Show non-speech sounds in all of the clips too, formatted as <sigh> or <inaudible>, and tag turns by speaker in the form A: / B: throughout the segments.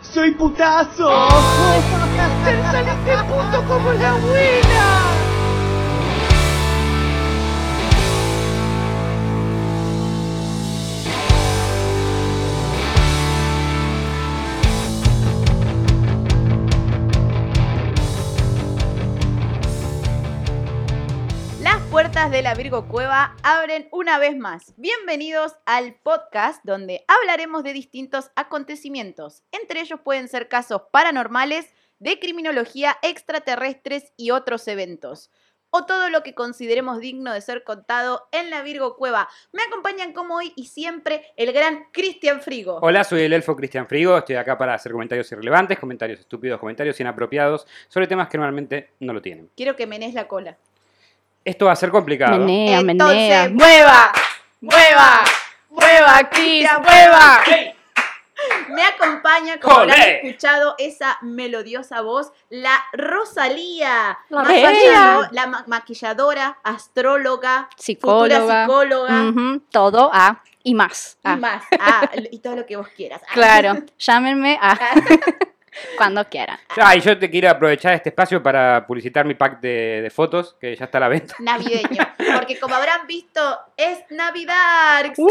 A: soy putazo.
B: Hacer saliste puto como la abuela.
C: Las puertas de la Virgo Cueva abren una vez más. Bienvenidos al podcast donde hablaremos de distintos acontecimientos. Entre ellos pueden ser casos paranormales, de criminología, extraterrestres y otros eventos. O todo lo que consideremos digno de ser contado en la Virgo Cueva. Me acompañan como hoy y siempre el gran Cristian Frigo.
D: Hola, soy el elfo Cristian Frigo, estoy acá para hacer comentarios irrelevantes, comentarios estúpidos, comentarios inapropiados sobre temas que normalmente no lo tienen.
C: Quiero que menes la cola.
D: Esto va a ser complicado.
E: Menea, menea.
C: Entonces, mueva, mueva, mueva, Cristian, mueva. Me acompaña, como
D: ¡Olé!
C: habrán escuchado, esa melodiosa voz, la Rosalía,
E: La
C: más
E: bella.
C: allá de- la ma- maquilladora, astróloga, futura
E: Psicóloga.
C: psicóloga
E: Ujú, todo A y más.
C: y
E: ah,
C: más.
E: <laughs>
C: Ah, y todo lo que vos quieras. Ah.
E: Claro,
C: <laughs>
E: llámenme a <laughs> cuando quieran.
D: Ah, y yo te quiero aprovechar este espacio para publicitar mi pack de, de fotos, que ya está a la venta.
C: Navideño, porque como habrán visto, es Navidad.
E: Uh,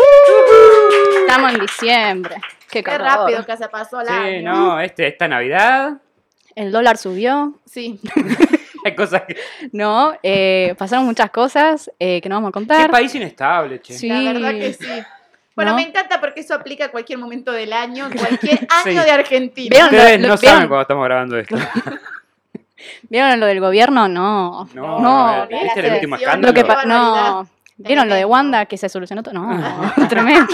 E: Estamos en diciembre. Qué,
C: Qué
E: calor.
C: rápido que se pasó Uh, la
D: Sí, no, este, esta Navidad <laughs>
E: El dólar subió.
C: Sí,
D: hay cosas que...
E: No, eh, pasaron muchas cosas eh, que no vamos a
D: Qué
E: contar.
D: país inestable, che.
E: Sí.
C: la verdad que sí. Bueno,
E: No.
C: me encanta porque eso aplica a cualquier momento
E: <laughs>
C: del año, cualquier año de Argentina.
E: ¿Vieron?
D: Ustedes
E: Lo- lo
D: no saben
E: vieron.
D: cuando estamos grabando esto.
E: ¿Vieron lo del gobierno? No.
D: No,
E: No,
D: ¿viste el
C: la
D: último
C: selección.
D: escándalo?
E: Lo que pa-
C: barbaridad.
E: no. ¿Vieron lo de
C: Tremendo.
E: Wanda que se solucionó todo?
C: Ah.
E: No, <laughs> tremendo.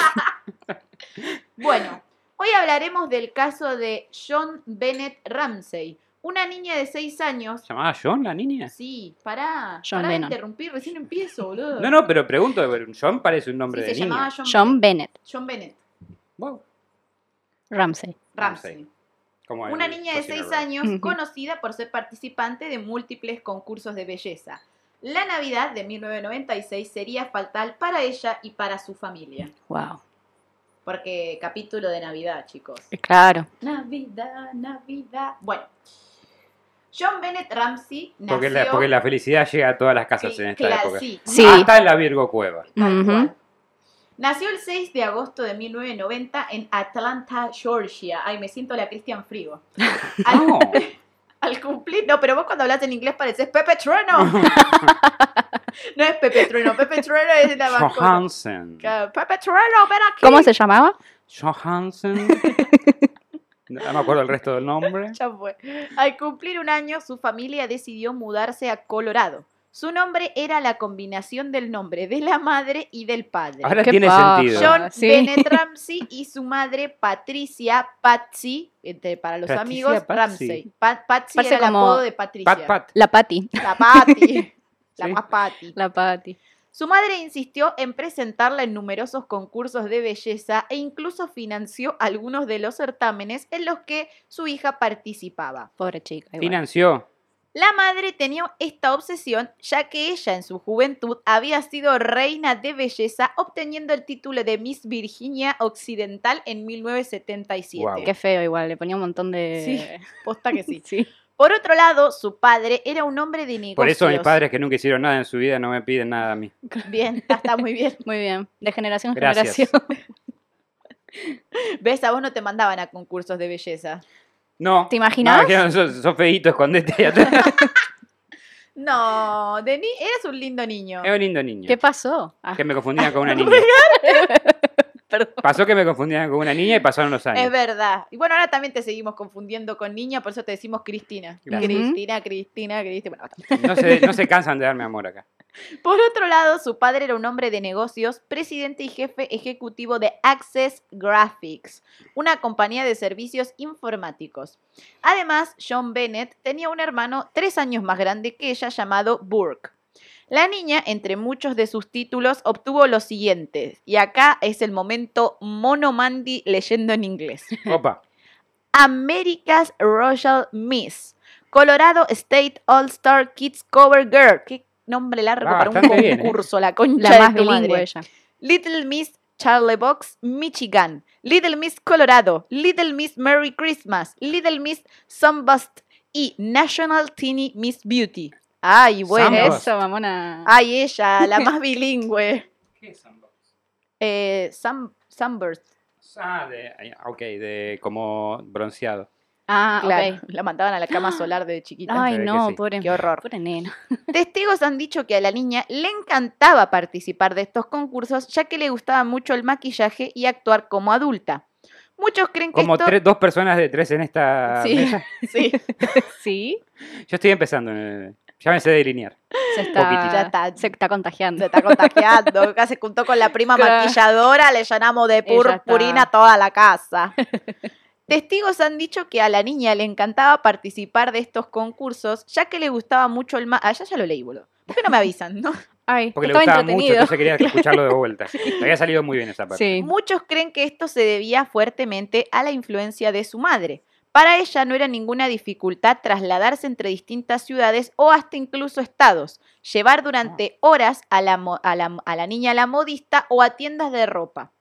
C: Bueno, hoy hablaremos del caso de John Bennett Ramsey, una niña de 6 años.
D: ¿Llamaba John la niña?
C: Sí, pará,
E: John
C: pará de
E: Lennon.
C: interrumpir, recién empiezo, boludo.
D: No, no, pero pregunto, John parece un nombre
C: Sí,
D: de
C: se
D: niña.
C: llamaba John,
E: John Bennett
C: John Bennett
D: Wow.
E: Ramsey.
C: Ramsey.
D: Como
C: Una
D: el
C: niña de 6
D: cocinero.
C: años
E: Ujú.
C: conocida por ser participante de múltiples concursos de belleza. La Navidad de 1996 sería fatal para ella y para su familia.
E: Wow.
C: Porque capítulo de Navidad, chicos.
E: Claro.
C: Navidad, Navidad. Bueno, John Bennett Ramsey nació.
D: Porque la, porque la felicidad llega a todas las casas en esta
C: Cla-
D: época.
C: sí,
E: Sí.
D: Hasta en la Virgo Cueva.
C: tal cual.
E: Ujú.
C: Nació el 6 de agosto de 1990 en Atlanta, Georgia. Ay, me siento la Christian Frigo. Al, <laughs>
D: No.
C: al cumplir. No, pero vos cuando hablas en inglés pareces Pepe
D: <laughs>
C: Trueno. no es Pepe Trueno, Pepe Trueno es
D: <laughs>
C: la mascota.
D: Johansen.
C: Claro, Pepe Trueno, ven aquí.
E: ¿Cómo se llamaba? <laughs>
D: Johansen. No me acuerdo el resto del nombre.
C: Ya fue. Al cumplir un año, su familia decidió mudarse a Colorado. Su nombre era la combinación del nombre de la madre y del padre.
D: Ahora
E: Qué
D: tiene
E: paja.
D: sentido.
C: John
E: sí.
C: Bennett Ramsey y su madre Patricia Patsy, entre, para los
D: Patricia
C: amigos,
D: Patsy.
C: Ramsey. Pa- Patsy
E: Parece
C: era el
E: como
C: apodo de Patricia.
D: Pat Pat.
E: La Patty.
C: La
E: <laughs>
C: Patty. La
D: Sí.
C: más Patty.
E: La Patty.
C: Su madre insistió en presentarla en numerosos concursos de belleza e incluso financió algunos de los certámenes en los que su hija participaba.
E: Pobre chica. igual.
D: Financió.
C: La madre tenía esta obsesión ya que ella en su juventud había sido reina de belleza obteniendo el título de Miss Virginia Occidental en 1977.
D: Guau.
E: Qué feo igual, le ponía un montón de... <laughs>
C: Posta que sí.
E: Sí.
C: <laughs> Por otro lado, su padre era un hombre de negocios.
D: Por eso mis padres que nunca hicieron nada en su vida no me piden nada a mí.
C: Bien, está muy bien.
E: Muy bien. De generación en
D: Gracias.
E: generación.
C: Ves, a vos no te mandaban a concursos de belleza.
D: No.
E: ¿Te imaginabas?
D: No, dijeron, sos, sos feíto, escondete
E: <laughs>
D: ahí atrás.
C: No, Denis, eres un lindo niño.
D: Es un lindo niño.
E: ¿Qué pasó? Ah,
D: Que me confundían con una niña.
E: <laughs> perdón.
D: Pasó que me confundían con una niña y pasaron los
C: Es
D: años.
C: verdad. Y bueno, ahora también te seguimos confundiendo con niña, por eso te decimos Cristina.
D: Gracias.
C: Cristina, Cristina, Cristina. Bueno,
D: No se, no se cansan de darme amor acá.
C: Por otro lado, su padre era un hombre de negocios, presidente y jefe ejecutivo de Access Graphics, una compañía de servicios informáticos. Además, John Bennett tenía un hermano tres años más grande que ella llamado Burke. La niña, entre muchos de sus títulos, obtuvo los siguientes. Y acá es el momento Mono Mandy leyendo en inglés.
D: Opa.
C: America's Royal Miss. Colorado State All-Star Kids Cover Girl. Qué nombre largo
D: Ah,
C: para un
D: bastante bien, ¿eh?
C: concurso, la concha
E: La más
C: de tu
E: bilingüe
C: madre.
E: ella.
C: Little Miss Charlebox, Michigan, Little Miss Colorado, Little Miss Merry Christmas, Little Miss Sunbust y National Teeny Miss Beauty. Ay, bueno.
D: Ambos. Sunbust.
E: Eso, mamona.
C: Ay, ella, la
E: <laughs>
C: más bilingüe.
D: ¿Qué es sandbox?
C: Eh, sun- Sunburst,
D: Ah, de, ok, de como bronceado.
E: Ah,
C: claro.
E: ok.
C: La mandaban a
E: <gasps>
C: la cama solar de chiquita.
E: Ay,
D: Se ve que
E: no,
D: sí.
E: pobre,
C: Qué horror.
E: pobre nena.
C: Testigos han dicho que a la niña le encantaba participar de estos concursos, ya que le gustaba mucho el maquillaje y actuar como adulta. Muchos creen que
D: Como
C: esto...
D: tres, dos personas de tres en esta
E: Sí.
D: mesa.
C: <laughs> Sí,
E: Sí,
D: Yo estoy empezando. eh, Ya me sé delinear.
E: se está,
D: Poquitito.
C: Ya está.
E: se está
C: se
E: contagiando.
C: está contagiando. <laughs> Acá se juntó con la prima
E: Claro.
C: maquilladora, le llenamos de
E: Y ya
C: purpurina
E: está.
C: toda la casa. <laughs> Testigos han dicho que a la niña le encantaba participar de estos concursos, ya que le gustaba mucho el ma... Ah, ya, ya lo leí, boludo. ¿Por qué no me avisan, no?
E: Ay,
D: Porque le
E: estaba
D: gustaba mucho,
E: entretenido. <laughs>
D: entonces quería escucharlo de vuelta. Le había salido muy bien esa parte.
E: Sí.
C: Muchos creen que esto se debía fuertemente a la influencia de su madre. Para ella no era ninguna dificultad trasladarse entre distintas ciudades o hasta incluso estados, llevar durante
E: Ah.
C: horas a la, mo- a la- a la niña a la modista o a tiendas de ropa.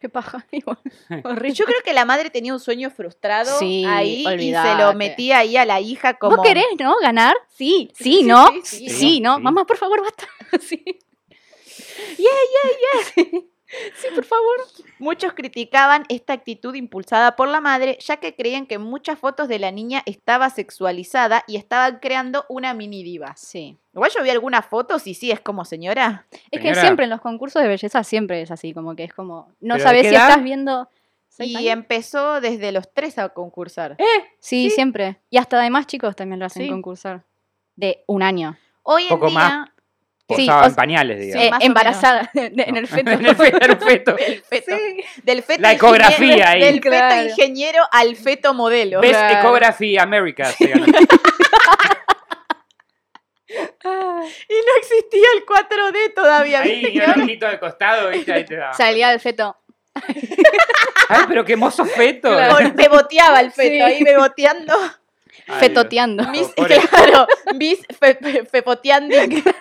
E: Qué paja. <laughs> igual.
C: Pero Yo creo que la madre tenía un sueño frustrado
E: Sí,
C: ahí y se lo
E: olvídate.
C: metía ahí a la hija como...
E: ¿Vos querés, no? ¿Ganar? Sí, sí,
C: Sí, sí,
E: ¿no?
C: sí,
E: Sí,
C: sí.
D: Sí,
E: ¿no?
D: sí.
E: Mamá, por favor, basta. <laughs> Sí. Yeah, yeah, yeah. <laughs> Sí, por favor.
C: Muchos criticaban esta actitud impulsada por la madre, ya que creían que muchas fotos de la niña estaba sexualizada y estaban creando una mini diva.
E: Sí.
C: Igual yo vi algunas fotos y sí, es como señora.
E: Es que
D: Señora.
E: siempre en los concursos de belleza siempre es así, como que es como, no
D: ¿Pero de
E: sabes
D: qué
E: si
D: edad?
E: estás viendo... ¿Seis
C: Y em-
E: años? Eh,
C: empezó desde los tres a concursar.
E: Sí, siempre. Y hasta además chicos también lo hacen
C: Sí.
E: concursar. De un año.
C: Hoy en
D: Poco
C: día,
D: más.
E: Sí,
D: Posaba
E: o
D: en
E: sea-
D: pañales,
C: Sí,
E: Eh,
D: digamos.
C: más o
E: embarazada <laughs> en
D: <laughs>
E: el feto.
D: En el feto,
E: <laughs>
D: en el feto.
C: del feto,
E: Sí.
C: del feto
D: La ecografía
C: ingeniero-
D: ahí.
C: del feto
E: Claro.
C: ingeniero al feto modelo.
D: Best
E: Claro.
D: Ecography America. se ganó.
E: Ah.
C: Y no existía el 4D todavía. ¿viste?
D: Ahí y
C: Que
D: un
C: ahora-
D: ojito de costado, ¿viste? Ahí te da.
E: Salía del feto.
D: Ay, pero qué mozo feto.
E: Claro.
C: Por- beboteaba el feto,
E: Sí.
C: ahí
D: <laughs>
C: beboteando.
D: Ay,
E: fetoteando.
C: Miss,
D: Pobre.
C: claro, Miss fe, fe- Fepoteanding <laughs>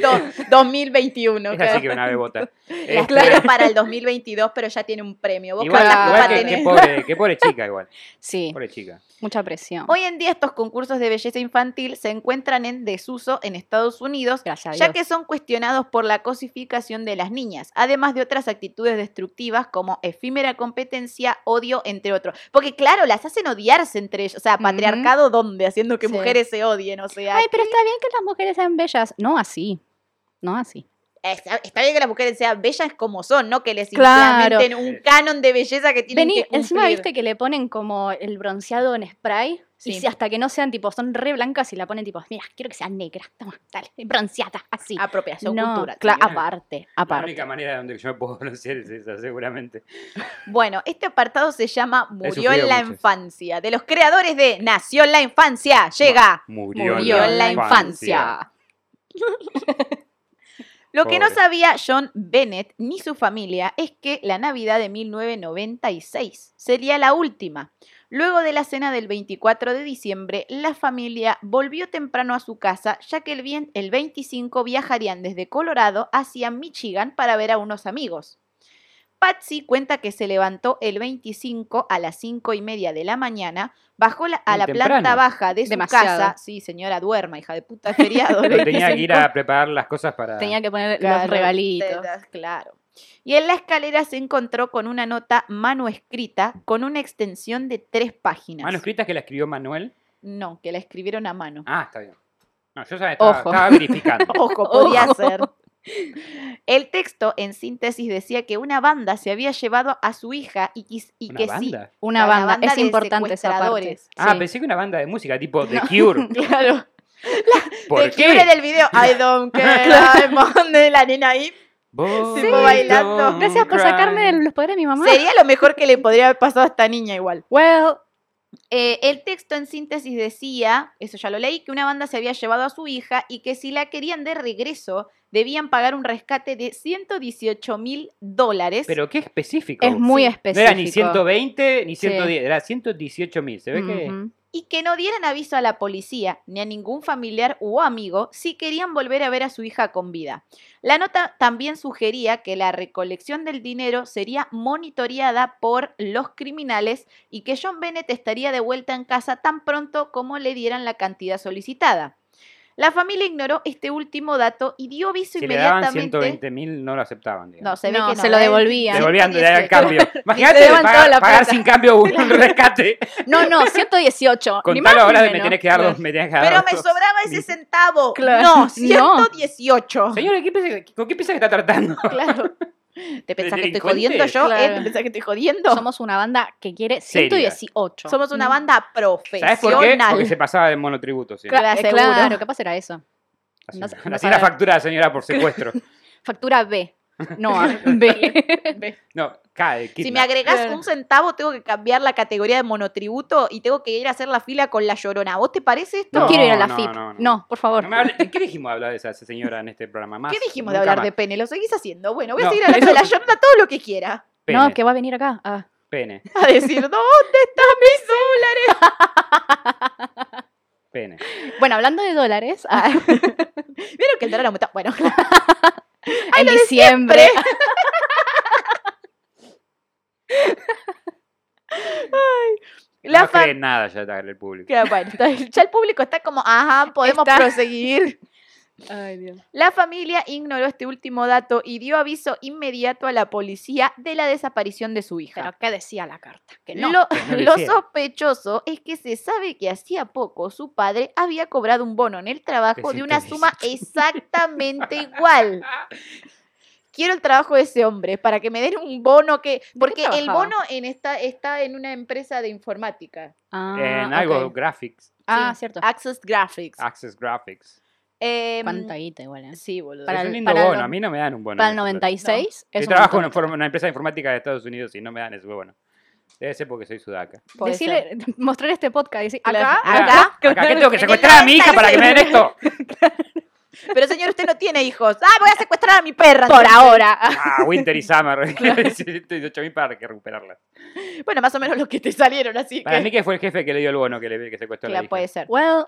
C: do- 2021.
D: Es así
C: claro.
D: que
E: <laughs>
D: una bebota.
C: La
D: Este,
C: espero para el 2022, pero ya tiene un premio. Vos
D: Igual,
C: capaz
D: igual
C: que
D: que,
C: va a
D: que
C: tener-
D: pobre, que pobre chica, igual.
E: Sí,
D: Pobre chica.
E: mucha presión.
C: Hoy en día estos concursos de belleza infantil se encuentran en desuso en Estados Unidos,
E: Gracias a
C: ya
E: Dios.
C: que son cuestionados por la cosificación de las niñas, además de otras actitudes destructivas como efímera competencia, odio, entre otros. Porque claro, las hacen odiarse entre ellas, o sea,
E: Ujú.
C: patriarcado dónde, haciendo que
E: Sí.
C: mujeres se odien, o sea,
E: Ay, pero está bien que las mujeres sean bellas. No así. No así.
C: eh, está, está bien que las mujeres sean bellas como son, no que les
E: Claro. Eh.
C: implementen un canon de belleza que tienen
E: Vení,
C: que cumplir.
E: encima viste que le ponen como el bronceado en spray.
C: Sí.
E: Y si hasta que no sean tipo, son re blancas y la ponen tipo, mira, quiero que sea negra. Toma, dale, bronceada, así.
C: apropiación
E: no,
C: cultural.
E: cla-
D: señora.
E: aparte,
D: La
E: aparte.
D: única manera donde yo me puedo <laughs> pronunciar es esa, seguramente.
C: Bueno, este apartado se llama Murió en
D: sufrido
C: la
D: mucho.
C: infancia, de los creadores de Nació en la infancia, llega
D: Murió,
C: Murió en la infancia. <laughs> Lo que no
D: Pobre.
C: sabía John Bennett ni su familia es que la Navidad de 1996 sería la última. Luego de la cena del 24 de diciembre, la familia volvió temprano a su casa, ya que el, bien- el 25 viajarían desde Colorado hacia Michigan para ver a unos amigos. Patsy cuenta que se levantó el 25 a las 5 y media de la mañana, bajó la- a
D: Muy
C: la planta
D: temprano.
C: baja de su
E: Demasiado.
C: casa. Sí, señora, duerma, hija de
D: <laughs>
C: puta, es feriado. el
D: Pero tenía que ir
C: 25.
D: a preparar las cosas para.
E: Tenía que poner
C: Claro,
E: los regalitos.
C: tetas, claro. Y en la escalera se encontró con una nota manuscrita con una extensión de tres páginas.
D: Manuscritas que la escribió Manuel.
C: No, que la escribieron a mano.
D: Ah, está bien. No, yo sabía, estaba,
E: Ojo.
D: estaba verificando.
C: <laughs>
D: <laughs>
C: Ojo, podía ser. El texto, en síntesis, decía que una banda se había llevado a su hija y, quis- <laughs> y
D: ¿Una
C: que sí.
D: banda?
E: Una
C: Claro,
E: banda, es
C: de
E: importante esa parte.
C: secuestradores.
D: Ah,
E: Sí.
D: pensé que una banda de música tipo The
C: <laughs>
D: Cure.
C: Claro.
D: ¿Por
C: el
D: qué?
C: del video, I
D: <laughs>
C: don't care, I'm on the- la nena ahí.
D: Boy,
C: tipo bailando.
D: don't
E: Gracias por
D: cry.
E: sacarme de los poderes de mi mamá.
C: Sería lo mejor que le podría haber pasado a esta niña igual.
E: Well,
C: Eh, el texto en síntesis decía, eso ya lo leí, que una banda se había llevado a su hija y que si la querían de regreso debían pagar un rescate de 118 mil dólares.
D: Pero qué específico.
E: Es muy
C: Sí.
D: No
E: específico.
D: era ni 120 ni
E: Sí.
D: 110, era 118 mil. Se ve que.
E: Ujú.
C: y que no dieran aviso a la policía ni a ningún familiar u amigo si querían volver a ver a su hija con vida. La nota también sugería que la recolección del dinero sería monitoreada por los criminales y que John Bennett estaría de vuelta en casa tan pronto como le dieran la cantidad solicitada. La familia ignoró este último dato y dio aviso
D: Si le daban
C: inmediatamente.
D: 120 mil, no lo aceptaban.
C: no,
D: Digamos.
C: se ve
E: No,
C: que no, ¿eh?
E: se lo
C: era el
E: devolvían.
D: Devolvían de el
E: Este, <laughs>
C: 118.
D: cambio.
E: Ni
D: Imagínate
E: se daban toda
D: pagar,
E: la
D: pagar
E: plata.
D: sin cambio un,
E: <laughs>
D: un rescate.
E: No, no, 118. ni más
D: <laughs> Contalo
E: ni
D: ahora, me
E: menos.
D: tenés que dar dos. Me tenés que dar
C: Pero
D: dos.
C: me sobraba ese centavo.
E: Claro.
C: No,
E: <laughs> No.
C: 118.
D: Señora, ¿qué piensa- ¿con qué piensa que
E: <laughs>
D: está tratando? <laughs>
C: Claro. ¿Te pensás que estoy jodiendo
D: delincuente?
C: yo? eh? ¿Te
E: Claro.
C: pensás que estoy jodiendo? Somos,
E: Somos una banda que quiere
D: Seria.
E: 118.
C: una
E: Mm.
C: banda
D: ¿Sabes por qué?
C: profesional.
D: Porque se pasaba de monotributo. Sí.
E: Cla-
C: Claro,
E: eh,
C: seguro.
E: claro, capaz era eso.
D: <laughs> Así,
E: no- no
D: así
E: sabe.
D: la factura de la
E: <laughs>
D: señora por secuestro.
E: Factura B. <laughs> No, A, B.
D: No, cae.
C: Si me agregás
E: Claro.
C: un centavo, tengo que cambiar la categoría de monotributo y tengo que ir a hacer la fila con la llorona. ¿Vos te parece esto?
E: No,
D: No,
E: quiero ir a la
D: no,
E: FIP.
D: no,
E: No,
D: no.
E: por favor.
D: No me hable- ¿De qué dijimos de hablar de esa señora en este programa? Más,
C: ¿Qué dijimos de
D: nunca
C: hablar
D: más.
C: de pene? ¿Lo seguís haciendo? Bueno, voy a
D: No,
C: seguir hablando de
D: eso-
C: la llorona todo lo que quiera.
D: Pene,
E: No, que va a venir acá. Ah.
D: pene,
C: A decir,
D: <laughs>
C: ¿dónde están mis dólares?
E: <laughs>
D: pene.
E: Bueno, hablando de dólares, ah,
C: Vieron que el dólar aumentó. Bueno,
E: en
D: <laughs>
E: diciembre.
C: la
D: no
C: fa-
D: cree en nada ya está el público.
C: que, bueno, entonces, ya el público está como, ajá, podemos
E: Está-
C: proseguir.
E: Ay, Dios.
C: La familia ignoró este último dato y dio aviso inmediato a la policía de la desaparición de su hija.
E: Pero ¿qué decía la carta? Que Ah. no.
C: Lo,
D: que no lo
C: lo
D: hicieron.
C: sospechoso es que se sabe que hacía poco su padre había cobrado un bono en el trabajo de una suma exactamente igual. Quiero el trabajo de ese hombre para que me den un bono que porque el
E: trabajaba?
C: bono en esta está en una empresa de informática,
E: Ah,
D: en algo
E: ok.
D: graphics,
E: Ah,
C: Sí.
E: cierto.
C: Access Graphics.
D: Access Graphics.
C: Em,
E: Cuánta guita igual, ¿eh?
C: sí, boludo.
E: Para
D: es
E: el-
D: un lindo
E: para el
D: bono,
E: no-
D: a mí no me dan un bono.
E: Para el
D: de esos.
E: 96 es un
D: Yo trabajo en
E: montón.
D: una, forma- una empresa de informática de Estados Unidos y no me dan ese bono. Debe ser porque soy
C: <laughs>
D: sudaca.
C: Puede
E: Decirle, <laughs> mostrar este podcast y decir,
C: Claro.
E: acá,
C: Acá,
E: acá,
D: Acá que tengo que
C: En el
D: secuestrar a mi hija para que me den esto.
C: <laughs> Pero señor, usted no tiene hijos. Ah, voy a secuestrar a mi perra.
E: por
C: entonces.
E: ahora. <laughs>
D: Ah, Winter y Summer. <laughs> 18 mil para que recuperarla.
C: Bueno, más o menos los que te salieron, así
D: Para
C: que-
D: mí que fue el jefe que le dio el bono que le que secuestró a la
C: Claro,
D: hija.
C: puede ser.
E: Well,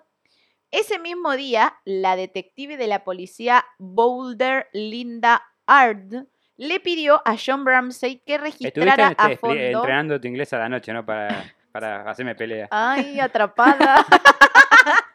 C: Ese mismo día, la detective de la policía Boulder, Linda Ard, le pidió a John Ramsey que
D: Estuviste
C: registrara a
D: este,
C: fondo.
D: expli- entrenando tu inglés a la noche, ¿no? Para, para hacerme pelea.
C: Ay, atrapada. <laughs>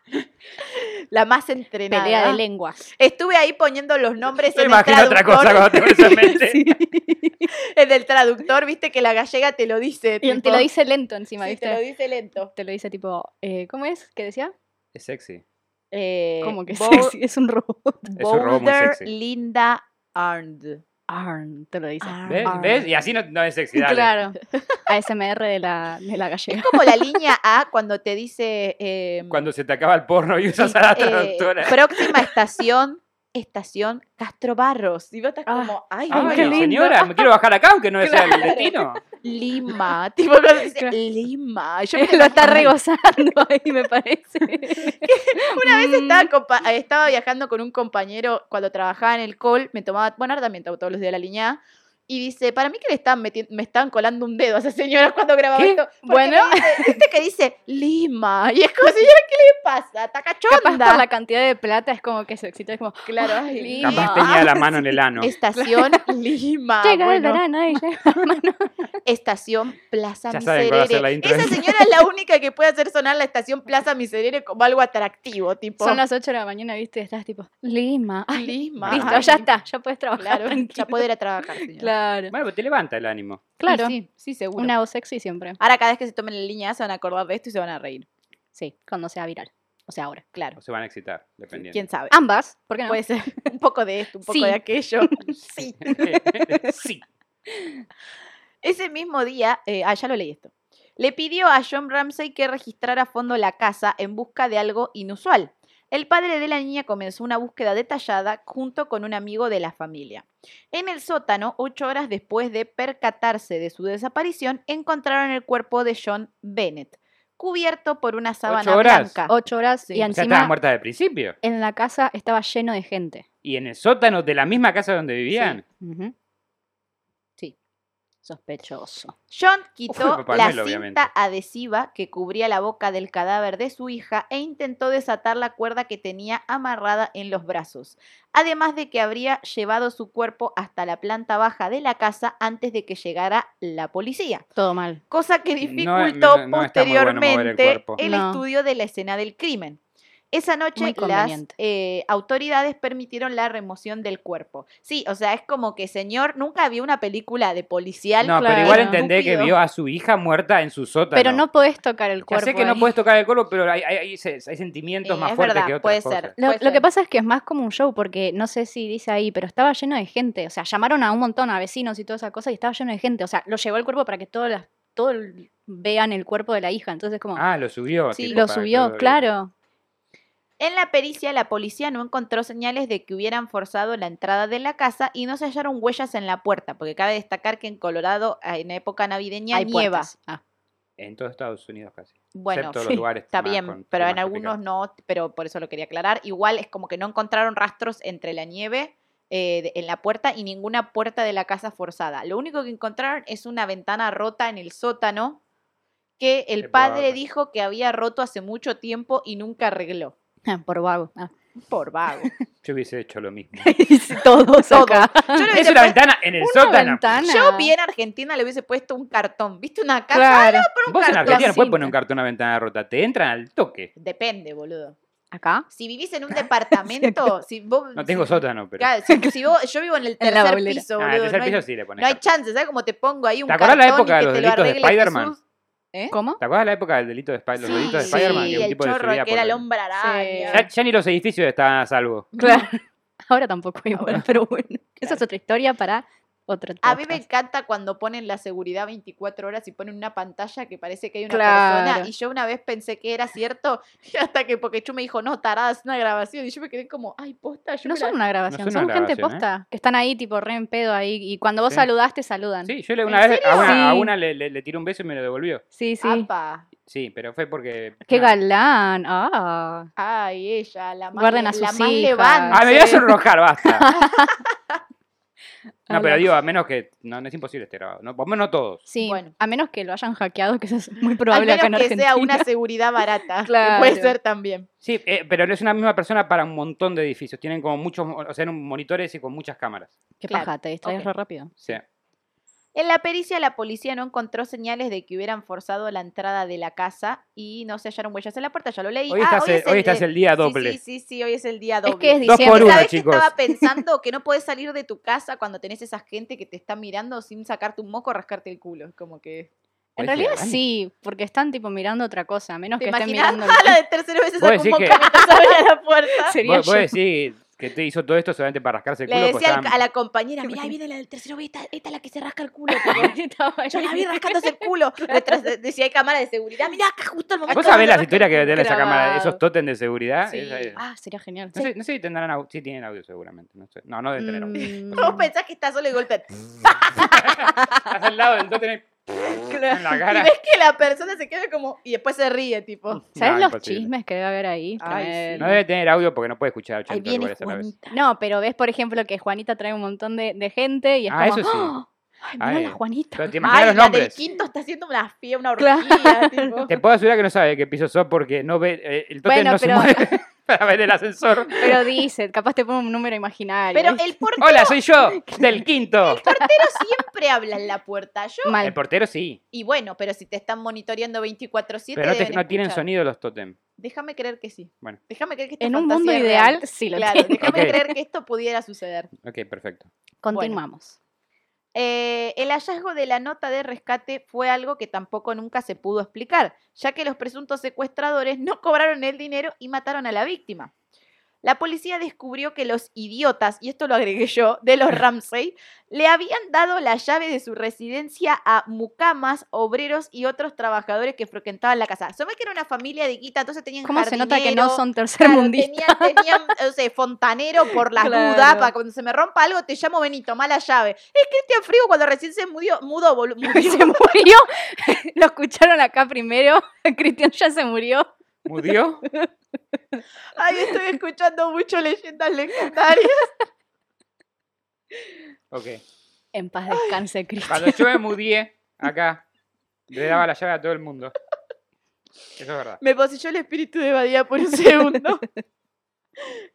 C: la más entrenada.
E: pelea de lenguas.
C: Estuve ahí poniendo los nombres
D: Me
C: en el
D: imagino otra
C: traductor.
D: cosa cuando tengo
C: <laughs>
D: eso en mente.
C: En el traductor, viste que la gallega te lo dice.
E: Y
C: tipo-
E: te lo dice lento
C: Sí,
E: encima, ¿viste?
C: te lo dice lento.
E: Te lo dice tipo, eh, ¿cómo es? ¿Qué decía?
D: Es sexy.
C: Eh,
E: Como que <laughs>
C: Bou-
E: sexy, es un robot.
D: Es un robot muy
C: Boulder
D: sexy.
C: Linda Arndt.
E: Arn, te lo dice.
C: Arn.
D: ¿Ves?
E: Arn.
D: ¿Ves? Y así no, no es sexy. Dale.
E: Claro. ASMR de la, de la
C: Es
E: gallega.
C: como la línea A cuando te dice. em,
D: Cuando se te acaba el porno y usas
C: sí,
D: a la
C: eh,
D: traductora.
C: próxima estación, estación Castro Barros. Y vos estás
E: Ah,
C: como, ay,
D: Ay,
C: bueno,
E: lindo.
D: señora, me quiero bajar acá aunque no sea el
C: Claro. <laughs>
D: destino.
C: Lima. <laughs> Tipo, cuando dice,
E: Claro.
C: Lima. <laughs> Yo me
E: Lo está
C: imagino-
E: regozando ahí, me
C: <laughs>
E: parece. Una vez
C: Estaba, compa- eh, estaba viajando con un compañero cuando trabajaba en el call, me tomaba, bueno, ahora también tomo todos los días la línea A, y dice, para mí que le están meti- me están colando un dedo a esa señora cuando grababa
D: ¿Qué?
C: esto. Porque
E: Bueno.
C: me dice- viste que dice Lima, y es como, señora, ¿qué le pasa? Está
E: Mm. Capaz
C: cachonda.
E: por la cantidad de plata es como que se excita, es como,
C: Claro,
E: Ay,
C: Lima.
D: Capaz
C: ah,
D: tenía la mano en el ano.
E: <laughs>
C: Estación Lima.
E: llega el
C: Ah, bueno.
E: verano <laughs> y llega.
C: Estación Plaza
D: Ya saben cuál va a ser la
C: Miserere.
D: intro.
C: Esa señora es la única que puede hacer sonar la estación Plaza Miserere como algo atractivo, tipo
E: Son las 8 de la mañana, viste, estás tipo, Lima. Ay,
C: Lima.
D: Listo,
E: listo, ya está, ya puedes trabajar.
C: Claro, ya
E: <laughs> tranquilo.
C: poder ir a trabajar. señora.
E: Claro.
D: Bueno, pero te levanta el ánimo.
E: Claro.
C: Sí, sí, seguro.
E: Una voz sexy siempre.
C: Ahora cada vez que se tomen la línea A se van a acordar de esto y se van a reír.
E: Sí, cuando sea viral. O sea, ahora.
C: Claro.
D: O se van a excitar, dependiendo. <laughs>
C: ¿Quién sabe?
E: Ambas, ¿por qué no?
C: <laughs> Puede ser un poco de esto, un poco
E: Ah, Sí. <laughs>
C: de aquello. Sí.
D: sí.
C: Ese mismo día, eh, ah, ya lo leí esto. Le pidió a John Ramsey que registrara a fondo la casa en busca de algo inusual. El padre de la niña comenzó una búsqueda detallada junto con un amigo de la familia. En el sótano, ocho horas después de percatarse de su desaparición, encontraron el cuerpo de John Bennett, cubierto por una sábana
D: horas?
C: blanca.
E: Ocho horas
C: Sí.
E: y
C: Ya
D: Ya estaba
E: encima
D: muerta de principio.
E: en la casa estaba lleno de gente.
D: y en el sótano de la misma casa donde vivían.
E: Ujú. Sí. Sospechoso.
C: John quitó
D: Papá
C: la
D: Noel,
C: cinta
D: obviamente.
C: adhesiva que cubría la boca del cadáver de su hija e intentó desatar la cuerda que tenía amarrada en los brazos, además de que habría llevado su cuerpo hasta la planta baja de la casa antes de que llegara la policía,
E: Todo mal.
C: cosa que
D: No, no,
C: dificultó
D: no está muy bueno mover el
C: posteriormente el,
D: cuerpo.
E: No.
C: estudio de la escena del crimen. Esa noche
E: Muy
C: las
E: conveniente.
C: eh, autoridades permitieron la remoción del cuerpo. Sí, o sea, es como que señor, nunca vi una película de policial.
D: No, pero
E: claro.
D: igual entendé que
C: Estúpido.
D: vio a su hija muerta en su sótano.
E: Pero no podés tocar el
D: Ya
E: cuerpo.
D: sé que no
E: ahí.
D: puedes tocar el cuerpo, pero hay, hay- hay se- hay sentimientos
C: Eh,
D: más
C: es
D: fuertes
C: verdad,
D: que otras
C: puede
D: cosas.
C: ser.
E: Lo,
C: Puede
E: lo
C: ser.
E: que pasa es que es más como un show, porque no sé si dice ahí, pero estaba lleno de gente. O sea, llamaron a un montón, a vecinos y toda esa cosa, y estaba lleno de gente. O sea, lo llevó el cuerpo para que todos las- todo el- vean el cuerpo de la hija. Entonces, como,
D: Ah, lo subió.
E: sí,
D: tipo,
E: lo
D: para que
E: subió,
D: lo-
E: claro.
C: En la pericia, la policía no encontró señales de que hubieran forzado la entrada de la casa y no se hallaron huellas en la puerta, porque cabe destacar que en Colorado, ah, en época navideña,
E: Hay
C: nieva.
E: puertas. Ah, <laughs>
D: En todos Estados Unidos casi.
C: Bueno,
D: Excepto los
C: sí,
D: lugares
C: está
D: más
C: bien,
D: con
C: pero en
D: climas
C: algunos
D: tropical.
C: no, pero por eso lo quería aclarar. Igual es como que no encontraron rastros entre la nieve eh, de- en la puerta y ninguna puerta de la casa forzada. Lo único que encontraron es una ventana rota en el sótano que el
D: Qué
C: padre
D: pobre.
C: dijo que había roto hace mucho tiempo y nunca arregló.
E: ah, por vago.
D: <laughs>
E: Ah.
C: Por vago.
D: Yo hubiese hecho lo mismo.
E: Sí, <laughs> Todos
C: Todo.
E: acá.
C: <laughs> Yo le
D: es
C: hubiese
D: una
C: puesto-
D: ventana en el
E: Una
D: sótano.
E: ventana.
C: Yo bien Argentina le hubiese pusto un cartón, ¿viste? Una casa.
E: Claro.
C: pero un
D: Vos en
C: cartón.
D: Argentina no puedes
E: Cinta.
D: poner un cartón a una ventana rota. Te entran al toque.
C: Depende, boludo.
E: Acá.
C: Si vivís
E: <laughs>
C: en un departamento, si vos...
D: No tengo
C: si-
D: sótano, pero.
C: Claro, si, si vos, yo vivo en el
E: <laughs> En la
C: tercer
E: bolera.
C: piso,
D: Ah,
C: boludo.
D: el tercer
C: no,
D: piso
C: hay,
D: sí le pones
C: no hay
D: cartón.
C: chance, ¿sabes cómo te pongo ahí un
D: ¿Te acordás la
C: cartón y
D: época de
C: que
D: los
C: te lo
D: delitos de
C: arregle
D: Spider-Man?
C: Jesús? ¿Eh?
E: ¿Cómo?
D: ¿Te acuerdas la época del delito de Spider-Man? Los
C: Sí,
D: delitos de
E: sí,
D: Spider-Man.
C: y
D: que un
C: el
D: tipo le
C: chorro
D: subía
C: que era
D: por
C: el
D: el-
C: hombre araña.
E: Sí.
C: <laughs>
D: Ya, ya ni los edificios están a salvo.
E: Claro. <laughs> Ahora tampoco igual,
C: Ahora.
E: pero bueno. Esa es otra historia para otro
C: A mí me
E: podcast.
C: encanta cuando ponen la seguridad 24 horas y ponen una pantalla que parece que hay una
E: Claro.
C: persona. Y yo una vez pensé que era cierto, <laughs> y hasta que Pokechu me dijo, no, tarada, es una grabación. Y yo me quedé como, ay, posta, yo
E: No
C: me la-
E: son una grabación,
D: No son
E: son,
D: una
E: gente
D: grabación, ¿eh?
E: posta. Que están ahí, tipo, re en pedo ahí. Y cuando vos
D: Sí.
E: saludás, te saludan.
D: Sí, yo le,
C: ¿En
D: una vez a
E: serio?
D: una, a
E: Sí.
D: una le, le- le tiré un beso y me lo devolvió.
E: sí. sí.
C: Apa.
D: Sí, pero fue porque.
E: ¡Qué
D: nada.
E: galán! ¡Ah!
C: Ay, ella, la más,
E: Guarden a
C: la
E: sus
C: más
E: hijas.
C: levante.
D: Ah, me voy a
C: <laughs>
D: sonrojar, basta. No,
E: Hola.
D: pero digo, a menos que. No, no es imposible este grabado. No, por lo menos todos.
E: Sí,
C: Bueno.
E: a menos que lo hayan hackeado, que eso es muy
C: Al
E: probable
C: menos
E: acá en
C: que
E: Argentina.
C: sea una seguridad barata. que
E: Claro.
C: puede ser también.
D: Sí, eh, pero es una misma persona para un montón de edificios. Tienen como muchos. O sea, eran monitores y con muchas cámaras.
E: Qué
C: Claro,
E: paja, te distraes
C: ok.
E: re rápido.
D: Sí.
C: En la pericia, la policía no encontró señales de que hubieran forzado la entrada de la casa y no se hallaron huellas en la puerta. Ya lo leí.
D: Hoy,
C: Ah,
D: estás, el, hoy estás
C: de-
D: el día
C: Sí,
D: doble.
C: Sí, sí, sí, hoy es el día
E: que
C: doble.
E: es
D: Dos
E: diciembre.
D: por uno,
C: ¿Sabes que
D: chicos.
C: estaba pensando? Que no
D: <laughs>
C: puedes salir de tu casa cuando tenés esa gente que te está mirando sin sacarte un moco o rascarte el culo. Es Como que.
D: <laughs>
E: En
D: Oye,
E: realidad
D: vale.
E: sí, porque están tipo mirando otra cosa, a menos
C: ¿Te
E: que estén
C: imaginas?
E: mirando.
C: <laughs> la de tercera vez se
D: Vos
C: saca un
D: decís
C: moco
D: que-
C: mientras abre la puerta.
E: Sería
D: ¿Vos, vos
E: yo.
D: decís que te hizo todo esto solamente para rascarse el
C: Le
D: este culo? pues,
C: decía
D: porque
C: al-
D: estaban-
C: a la compañera, mirá, ahí viene la del tercero, ve, esta, esta es la que se rasca el culo. pues,
E: <laughs>
C: tipo.
E: Estaba ahí.
C: <laughs> Yo la
D: Ah,
C: vi rascándose el <laughs> culo. Retras- de- Decía, hay cámara de seguridad, mirá, acá justo al momento.
D: ¿Vos
C: donde
D: sabés
C: se
D: las
C: rasca
D: historias que debe tener esa
E: grabado.
D: cámara? Esos tótems de seguridad.
E: Sí.
D: Esa es-
E: Ah, sería genial.
D: No, sé, no sé si tendrán audio. Sí, tienen audio seguramente. No, sé. no, no deben
C: Mm.
D: tener audio.
E: Mm.
C: el- <laughs> Vos pensás que está solo y
D: <laughs>
C: golpe.
D: Estás al lado del tótem
C: <laughs> Claro.
D: en la
C: Y <laughs>
D: cara.
C: ves que la persona se queda como. Y después se ríe,
D: <laughs>
C: tipo.
E: ¿Sabes
D: No,
E: los
D: imposible.
E: chismes que debe haber ahí?
C: Ay, sí.
E: Tremendo.
D: No eh. debe tener audio porque no puede escuchar 80
C: Ahí viene
D: lugares a la vez.
C: Juanita.
E: No, pero ves, por ejemplo, que Juanita trae un montón de, de gente y es
D: Ah,
E: como,
D: eso sí.
E: ¡Ah! ¡Ay, mirá
D: Ay.
E: la Juanita!
D: Pero te imaginas
C: Ay,
D: los
C: la del
D: nombres.
C: quinto está haciendo una fiebre, una orgía,
E: Claro.
C: <laughs> tipo.
D: Te puedo asegurar que no sabe qué piso sos porque no ve. eh, el tótem
E: Bueno,
D: no
E: pero-
D: se mueve <laughs> para ver el ascensor.
E: Pero dice, capaz te pone un número imaginario.
C: Pero
E: ¿viste?
C: el <laughs> portero
D: Hola, soy yo, del
C: <laughs>
D: quinto.
C: siempre habla en la puerta. Yo,
E: Mal.
D: El portero sí.
C: y bueno, pero si te están monitoreando 24-7,
D: Pero no, te-
C: deben
D: no tienen
C: escuchar.
D: sonido los tótem.
C: Déjame creer que sí.
D: Bueno.
C: Déjame creer que esta
E: En un
C: fantasía
E: mundo
C: es real.
E: ideal, sí lo
C: Claro,
E: tiene.
C: déjame
D: Ok.
C: creer que esto pudiera suceder.
D: Ok, perfecto.
E: Continuamos.
C: Eh, el hallazgo de la nota de rescate fue algo que tampoco nunca se pudo explicar, ya que los presuntos secuestradores no cobraron el dinero y mataron a la víctima. La policía descubrió que los idiotas, y esto lo agregué yo, de
D: <laughs>
C: los Ramsey, le habían dado la llave de su residencia a mucamas, obreros y otros trabajadores que frecuentaban la casa. Se ve que era una familia de guita, entonces tenían
E: ¿Cómo se nota que no
C: jardinero,
E: son
C: Claro,
E: tercermundistas?
C: <laughs> tenían, tenían, o sea, fontanero por las
E: Claro.
C: dudas, para cuando se me rompa algo te llamo Benito, mala llave. Es Cristian Frigo cuando recién se murió, mudó,
E: <laughs>
C: boludo.
E: se murió. Lo escucharon acá primero. Cristian ya se murió.
C: <laughs>
D: ¿Murió?
C: Ay, estoy escuchando mucho leyendas legendarias.
D: Ok.
E: En paz descanse, Cristian.
D: Cuando yo me mudié acá, le daba la llave a todo el mundo. Eso es verdad.
C: Me poseyó el espíritu de Badía por un segundo.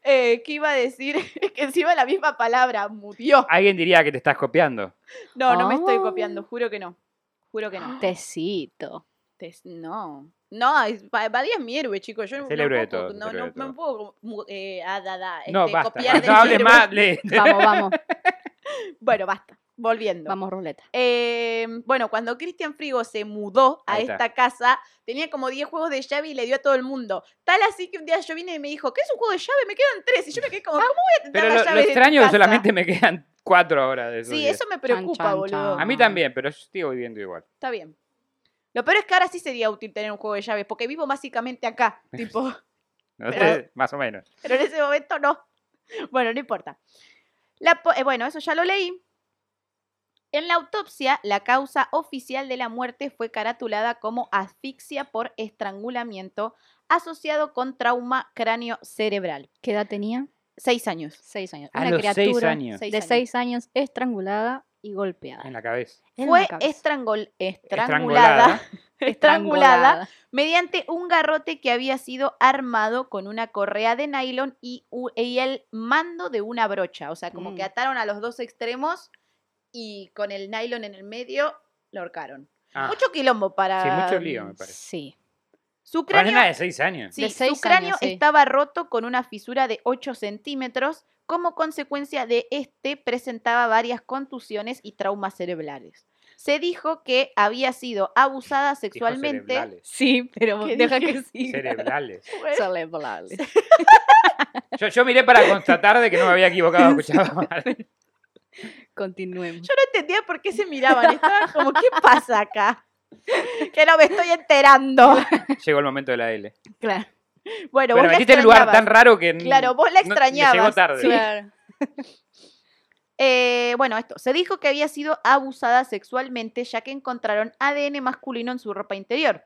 C: Eh, ¿Qué iba a decir? Es que encima la misma palabra, murió.
D: Alguien diría que te estás copiando.
C: No, no me estoy
E: Ah.
C: copiando, juro que no. Juro
E: <gasps>
C: que no.
E: Tecito.
C: Te- No. No, es- Ba- Badía es mi héroe, chicos. Yo
D: Es
C: no
D: el héroe de
C: puedo-
D: todos, es
C: No,
D: el héroe
C: no,
D: de todos.
C: no puedo mu- eh, ah, da, da,
D: no,
C: este,
D: basta.
C: copiar de
D: No
C: mi
D: hables
C: héroe.
D: más.
C: <laughs>
D: le-
E: Vamos, vamos,
C: Bueno, basta. Volviendo.
E: vamos, ruleta.
C: Eh, bueno, cuando Cristian Frigo se mudó a
D: Ahí está.
C: esta casa, tenía como 10 juegos de llave y le dio a todo el mundo. Tal así que un día yo vine y me dijo, ¿qué es un juego de llave? Me quedan tres. Y yo me quedé
E: Ah,
C: como, ¿cómo voy a tener
D: Pero
C: las
D: lo, lo
C: llaves de tu
D: extraño es que
C: casa?
D: solamente <laughs> me quedan cuatro horas de esos
C: Sí,
D: días.
C: eso me preocupa,
E: chan,
C: boludo.
E: chan.
D: A mí también, pero yo sigo viviendo igual.
C: Está bien. Lo peor es que ahora sí sería útil tener un juego de llaves, porque vivo básicamente
D: <laughs>
C: acá. Tipo,
D: No
C: Pero-
D: sé, más o menos.
C: pero en ese momento no. Bueno, no importa. La po- eh, bueno, eso ya lo leí. En la autopsia, la causa oficial de la muerte fue caratulada como asfixia por estrangulamiento asociado con trauma cráneo cerebral.
E: ¿Qué edad tenía?
C: Seis años.
E: Seis años.
D: A
E: Una
D: los
E: criatura
D: seis años.
C: Seis
E: de
C: años.
E: seis años estrangulada y golpeada.
D: En la cabeza.
E: En la
C: Fue
E: cabeza.
C: estrangol- estrangulada, <laughs> estrangulada mediante un garrote que había sido armado con una correa de nylon y, u- y el mando de una brocha. O sea, como que
E: Mm.
C: ataron a los dos extremos y con el nylon en el medio lo ahorcaron.
D: Ah,
C: Mucho quilombo para...
D: sí, mucho lío, me parece.
E: Sí.
C: Su
D: Para una
C: cráneo,
D: nena de seis años.
C: sí,
E: de
C: su
E: seis
C: cráneo
E: años, sí.
C: estaba roto con una fisura de 8 centímetros. Como consecuencia de este, presentaba varias contusiones y traumas cerebrales. Se dijo que había sido abusada
D: Dijo
C: sexualmente.
D: Cerebrales.
E: Sí, pero
C: ¿Qué
E: deja
C: dije?
E: que sí.
C: <laughs>
D: Cerebrales.
E: Cerebrales.
D: Yo, yo miré para constatar de que no me había equivocado,
C: <laughs>
D: escuchaba mal.
E: Continuemos.
C: Yo no entendía por qué se miraban. Estaban como, ¿qué pasa acá? <laughs> Que no me estoy
D: <laughs>
C: enterando.
D: Llegó el momento de la L.
E: Claro.
C: Bueno,
D: Pero
C: vos la
D: metiste en un lugar tan
C: extrañabas.
D: raro que. n-
C: Claro, vos la
D: no- me llegó
C: extrañabas.
D: tarde.
C: Sí.
E: Claro.
C: <laughs> Eh, bueno, esto. Se dijo que había sido abusada sexualmente ya que encontraron ADN masculino en su ropa interior.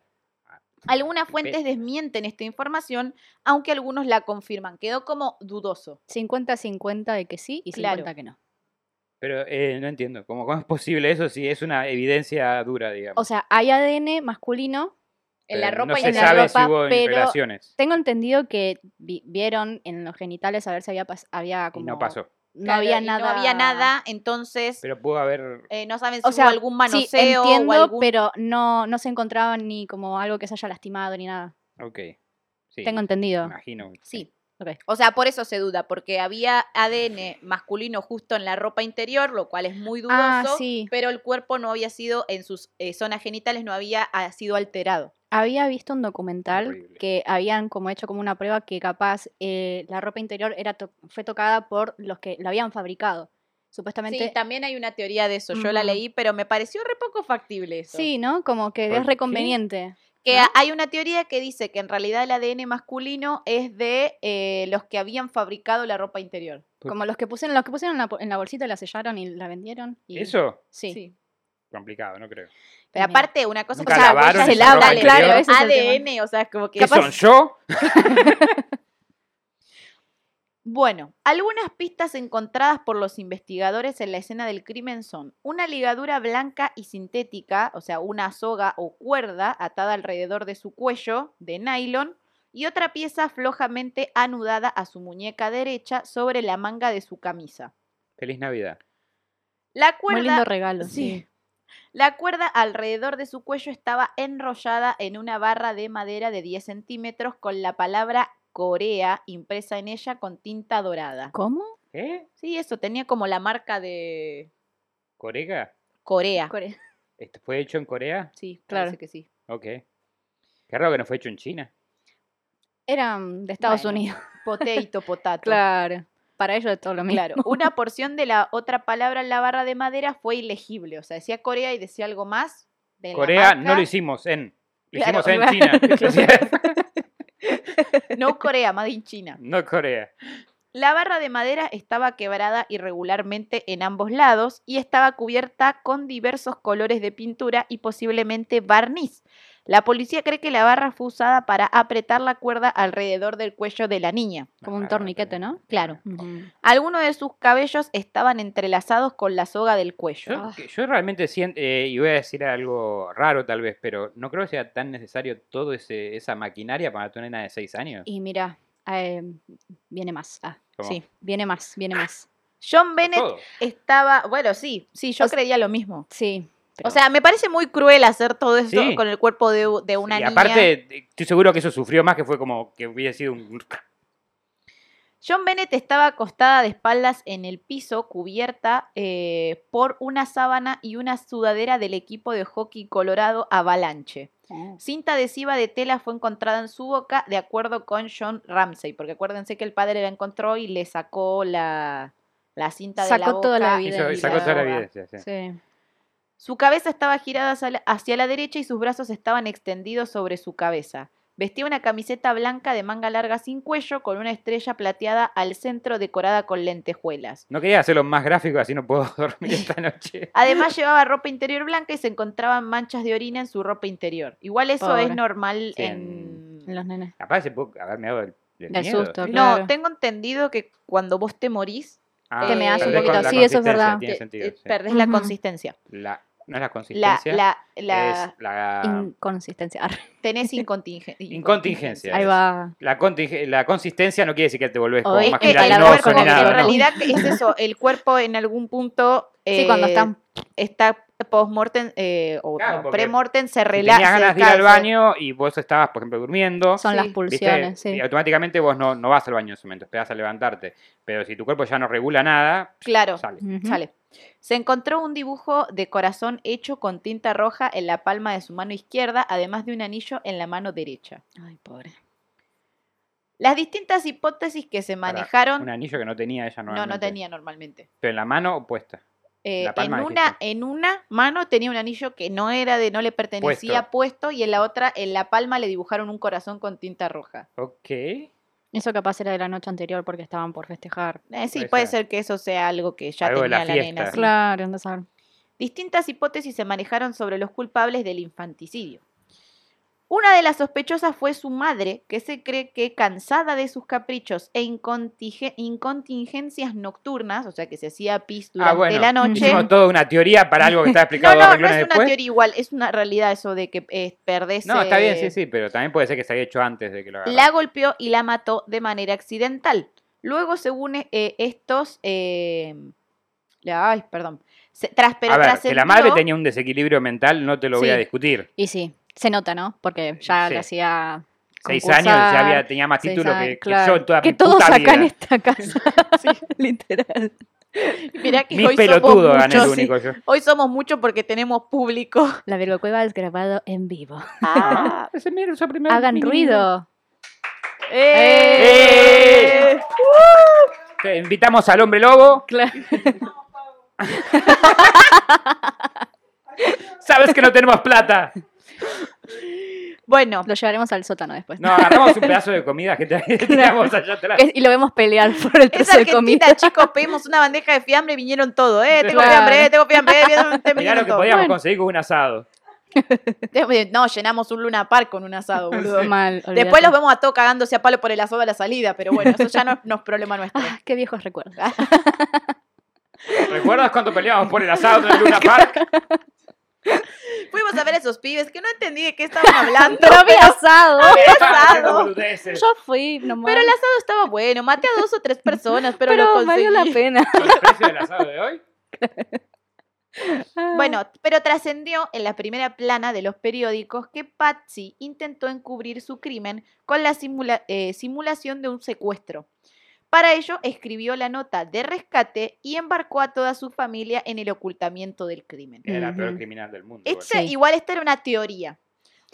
C: Algunas fuentes desmienten esta información, aunque algunos la confirman. Quedó como dudoso.
E: 50-50 de que sí y 50
C: Claro.
E: que no.
D: Pero eh, no entiendo. ¿cómo, ¿Cómo es posible eso si es una evidencia dura, digamos?
E: O sea, hay ADN masculino.
C: En la
D: Pero
C: ropa
D: no
C: y
D: se
C: en la
D: sabe
E: ropa,
D: si hubo
E: pero-
D: relaciones.
E: Tengo entendido que vi- vieron en los genitales a ver si había, pas- había
D: Y
E: como...
D: no pasó.
E: No
C: Claro,
E: había
C: y
E: nada.
C: No había nada, entonces
D: Pero pudo haber.
C: eh, no saben si
E: O sea,
C: hubo algún manoseo
E: sí, entiendo,
C: o algún...
E: pero no, no se encontraba ni como algo que se haya lastimado ni nada.
D: Ok. Sí,
E: Tengo entendido.
D: Imagino.
C: Sí.
E: Ok.
C: O sea, por eso se duda, porque había ADN masculino justo en la ropa interior, lo cual es muy dudoso,
E: Ah, sí.
C: pero el cuerpo no había sido, en sus eh, zonas genitales no había ah, sido alterado.
E: Había visto un documental
D: Horrible.
E: que habían como hecho como una prueba que capaz eh, la ropa interior era to- fue tocada por los que la habían fabricado. Supuestamente.
C: Sí, también hay una teoría de eso, yo la
E: Ujú.
C: leí, pero me pareció re poco factible eso.
E: Sí, ¿no? Como que
D: ¿Por
E: es
D: qué?
E: reconveniente.
C: Que
E: ¿no?
C: a- hay una teoría que dice que en realidad el ADN masculino es de eh, los que habían fabricado la ropa interior.
D: Por-
E: Como los que pusieron, los que pusieron en la, po- en la bolsita y la sellaron y la vendieron. y-
D: ¿Eso?
E: Sí.
D: Complicado, no creo.
C: Pero
E: Mira.
C: aparte, una cosa
D: Nunca
C: o sea,
D: lavaron
C: se
D: esa
C: lava,
D: ropa
C: dale,
D: interior.
C: pero
E: Claro, ese es el tema.
C: ADN, o sea, es como que...
D: ¿Qué son yo?
C: Bueno, algunas pistas encontradas por los investigadores en la escena del crimen son una ligadura blanca y sintética, o sea, una soga o cuerda atada alrededor de su cuello de nylon y otra pieza flojamente anudada a su muñeca derecha sobre la manga de su camisa.
D: Feliz Navidad.
C: La
E: Muy lindo
C: cuerda,
E: regalo.
C: sí.
E: Sí.
C: la cuerda alrededor de su cuello estaba enrollada en una barra de madera de 10 centímetros con la palabra Corea impresa en ella con tinta dorada.
E: ¿Cómo?
D: ¿Eh?
C: Sí, eso tenía como la marca de
D: ¿Corea?
C: Corea.
E: Core-
D: ¿Esto ¿Fue hecho en Corea?
C: Sí,
E: Claro.
C: parece que sí.
D: Ok. Qué raro que no fue hecho en China.
E: Eran mm, de Estados
C: Bueno,
E: Unidos.
C: Potato, potato.
E: <laughs> Claro. Para ellos es todo lo mismo.
C: Claro, una porción de la otra palabra en la barra de madera fue ilegible. O sea, decía Corea y decía algo más. de la
D: Corea no
C: marca.
D: lo hicimos en. Lo
C: <laughs> Claro,
D: hicimos en
E: Eh, claro. <laughs>
D: China. <laughs> O sea,
C: No Corea, más en China.
D: no Corea.
C: La barra de madera estaba quebrada irregularmente en ambos lados y estaba cubierta con diversos colores de pintura y posiblemente barniz. La policía cree que la barra fue usada para apretar la cuerda alrededor del cuello de la niña.
E: Como
D: Ah,
E: un torniquete, ¿no?
C: Claro. Algunos de sus cabellos estaban entrelazados con la soga del cuello.
D: Yo,
E: Ah.
D: que- yo realmente siento, eh, y voy a decir algo raro tal vez, pero no creo que sea tan necesario toda esa maquinaria para tu nena de 6 años.
E: Y mira, eh, viene más. Ah,
D: Como
C: sí.
E: viene más, viene más.
C: John Bennett
D: todo.
C: estaba, bueno, sí, sí, yo
E: O sea-
C: creía lo mismo.
E: Sí. pero-
C: O sea, me parece muy cruel hacer todo eso
D: Sí.
C: con el cuerpo de, u- de una
D: y
C: niña.
D: aparte, estoy seguro que eso sufrió más que fue como que hubiera sido un... <laughs>
C: John Bennett estaba acostada de espaldas en el piso, cubierta eh, por una sábana y una sudadera del equipo de hockey colorado Avalanche.
E: Ah,
C: Cinta adhesiva de tela fue encontrada en su boca, de acuerdo con John Ramsey, porque acuérdense que el padre la encontró y le sacó la, la cinta de la
E: Sacó
C: boca.
E: toda la
D: Hizo-
E: Evidencia.
D: sacó toda la
C: boca.
D: evidencia. sí.
E: sí.
C: Su cabeza estaba girada hacia la- hacia la derecha y sus brazos estaban extendidos sobre su cabeza. Vestía una camiseta blanca de manga larga sin cuello con una estrella plateada al centro decorada con lentejuelas.
D: No quería hacerlo más gráfico, así no puedo <laughs>
E: <laughs>
D: dormir esta noche.
C: Además llevaba ropa interior blanca y se encontraban manchas de orina en su ropa interior. Igual eso es
E: Pobre.
C: normal
D: Sí,
C: en...
E: Los nenes.
D: Capaz se pudo haberme dado el, el
E: Del
D: miedo.
E: susto.
C: No,
E: claro.
C: tengo entendido que cuando vos te morís,
D: Ah,
C: Te me das un
D: perdés
C: poquito,
D: la
E: sí, eso es
D: consistencia,
E: verdad.
D: tiene
C: te-
D: sentido,
C: eh,
D: sí.
C: perdés la
E: Ujú.
C: consistencia.
D: La- no es la
C: La,
D: consistencia,
C: la, la-
D: es la
E: Inconsistencia. <laughs>
C: tenés incontinge-
D: <laughs> incontingencia.
E: Ahí
D: es.
E: va.
D: La, conting- la consistencia no quiere decir que te volvés
E: O
D: como
E: es
D: más
E: que el
D: gelatinoso
E: cuerpo-
D: ni
E: en
D: nada.
C: en
D: ¿no?
C: realidad es eso, el cuerpo en algún punto
E: Sí, cuando
C: eh,
E: están-
C: está post-mortem eh, o
D: Claro,
C: no,
D: porque
C: pre-mortem se
D: Si
C: relaja.
D: tenías ganas de ir al baño y vos estabas, por ejemplo, durmiendo.
E: Son
C: Sí.
E: las
C: ¿Viste?
D: ¿viste?
E: pulsiones, sí.
D: Y automáticamente vos no, no vas al baño en ese momento, esperás a levantarte. Pero si tu cuerpo ya no regula nada,
C: Claro,
D: sale.
E: Ujú.
C: sale. Se encontró un dibujo de corazón hecho con tinta roja en la palma de su mano izquierda, además de un anillo en la mano derecha.
E: Ay, pobre.
C: Las distintas hipótesis que se
D: Pará,
C: manejaron
D: Un anillo que no tenía ella
C: no, no
D: normalmente.
C: tenía normalmente.
D: Pero en la mano opuesta.
C: Eh,
D: La palma,
C: en, una,
D: dijiste.
C: en una mano tenía un anillo que no era de, no le pertenecía puesto y en la otra, en la palma, le dibujaron un corazón con tinta roja.
D: Ok.
E: Eso capaz era de la noche anterior porque estaban por festejar.
C: Eh, sí,
D: Puede
C: puede
D: ser.
C: ser que eso sea algo que ya
D: Algo de
C: tenía
D: la
C: la,
D: fiesta.
C: nena. sí.
E: Claro, andas a ver.
C: Distintas hipótesis se manejaron sobre los culpables del infanticidio. Una de las sospechosas fue su madre, que se cree que cansada de sus caprichos e incontige- incontingencias nocturnas, o sea que se hacía pis durante
D: ah, bueno.
C: la noche.
D: Hicimos toda una teoría para algo que
C: <laughs>
D: está
C: No,
D: explicado dos
C: no, no
D: renglones
C: es una
D: después.
C: teoría igual, es una realidad eso de que eh, perdés.
D: No, está bien,
C: eh,
D: sí, sí, pero también puede ser que se haya hecho antes de que lo haga.
C: La golpeó y la mató de manera accidental. Luego, según eh, estos. eh, la- ay, perdón. Se- tras, pero
D: a ver, que la madre
C: trascendió-
D: tenía un desequilibrio mental, no te lo voy a
E: Sí.
D: discutir.
E: Y sí, se nota, ¿no? Porque ya
D: Sí.
E: le hacía.
D: Seis
E: concursar,
D: años ya había, tenía más
E: seis
D: títulos
E: años,
D: que, que
E: claro.
D: yo en toda
E: Que
D: mi
E: todos
D: puta
E: acá en
C: este
D: vida.
E: esta
D: <laughs>
E: casa. sí, literal.
C: <laughs> Mirá que
D: Ni
C: hoy
D: pelotudo
C: somos
D: gané el
C: muchos, sí.
D: único yo.
C: Hoy somos muchos porque tenemos público.
E: La Virgocueva es grabado en <laughs> vivo.
C: Ah,
D: Ese mira, ese primer
E: Hagan
D: mini-
E: ruido.
C: <laughs> ¡eh!
D: Te invitamos al hombre lobo.
E: Claro.
D: Sabes que no tenemos plata.
C: Bueno,
E: Lo llevaremos al sótano después.
D: No, agarramos un pedazo de comida que te <laughs> tiramos allá atrás.
E: Que- Y lo vemos pelear <laughs> por el
C: es
E: trozo de comida.
C: Argentina, chicos. Pedimos una bandeja de fiambre y vinieron todos. ¿eh? Tengo
E: Claro.
C: fiambre, eh, tengo fiambre. eh, vinieron-
D: <laughs> Mirá lo
C: vinieron
D: que
C: todos.
D: podíamos conseguir con un asado.
C: Bueno, <laughs> No, llenamos un Luna Park con un asado, boludo.
E: Mal,
C: Después
E: olvídate.
C: los vemos a todos cagándose a palo por el asado a la salida, pero bueno, eso ya no, no es
E: <laughs>
C: problema nuestro.
E: Ah, qué viejos recuerdos.
D: ¿Recuerdas cuando peleábamos por el asado en
E: <laughs>
D: el Luna Park?
C: Fuimos a ver a esos pibes que no entendí de qué estaban hablando.
E: <laughs> No había asado.
D: Haciendo boludeces.
E: Yo fui nomás.
C: Ah. Pero el asado estaba bueno, maté a dos o tres personas, pero, lo
E: Pero
C: conseguí.
E: valió la pena. <laughs>
D: ¿Con el precio del asado de hoy?
E: Ah,
C: Bueno, pero trascendió en la primera plana de los periódicos que Patsy intentó encubrir su crimen con la simula- eh, simulación de un secuestro. Para ello escribió la nota de rescate y embarcó a toda su familia en el ocultamiento del crimen.
D: Era la peor
E: Ujú.
D: criminal del mundo. boludo.
C: Esta-
E: Sí.
C: Igual esta era una teoría.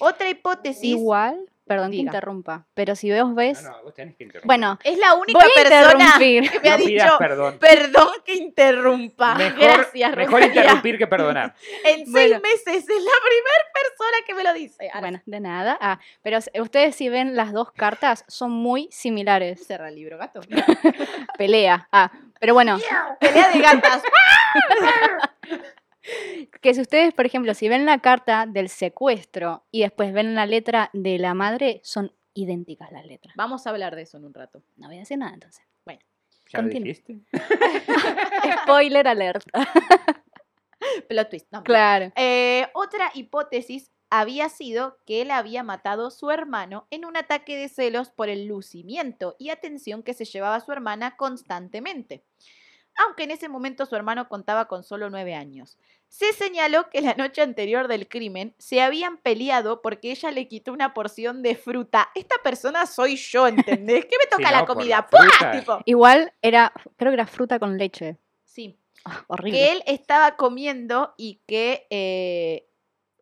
C: Otra hipótesis
E: Igual, perdón
C: Diga.
E: que interrumpa, pero si vos ves.
D: Ah, No, no, vos tenés que interrumpir.
E: Bueno,
C: es la única
E: voy a
C: persona
E: interrumpir.
C: que me ha
D: No
C: dicho
D: pidas perdón.
C: perdón que
E: ah,
C: interrumpa.
D: Mejor,
C: Gracias,
D: mejor
C: Rosalía.
D: interrumpir que
E: <laughs>
D: perdonar.
C: En seis
E: Bueno.
C: meses es la primera persona que me lo dice. Ahora
E: Bueno, de nada. Ah, pero s- ustedes si ven las dos cartas son muy
C: sí,
E: similares.
C: cerra el libro, gato.
E: Pelea. Ah, pero bueno,
C: Pelea de gatas.
E: Que si ustedes, por ejemplo, si ven la carta del secuestro y después ven la letra de la madre, son idénticas las letras.
C: Vamos a hablar de eso en un rato.
E: No voy a decir nada entonces.
D: ¿Ya lo
E: Continúa.
D: dijiste?
E: Spoiler alert.
C: Plot twist.
E: <laughs>
C: No,
E: claro.
C: Eh, otra hipótesis había sido que él había matado a su hermano en un ataque de celos por el lucimiento y atención que se llevaba a su hermana constantemente. Aunque en ese momento su hermano contaba con solo nueve años. Se señaló que la noche anterior del crimen se habían peleado porque ella le quitó una porción de fruta. Esta persona soy yo, ¿entendés? ¿Qué me toca
D: <laughs> Sí,
C: la
D: no, por
C: comida?
D: la
C: ¡Puah!
D: fruta.
C: Tipo,
E: Igual era, creo que era fruta con leche.
C: sí.
E: Ah, horrible.
C: que él estaba comiendo y que eh,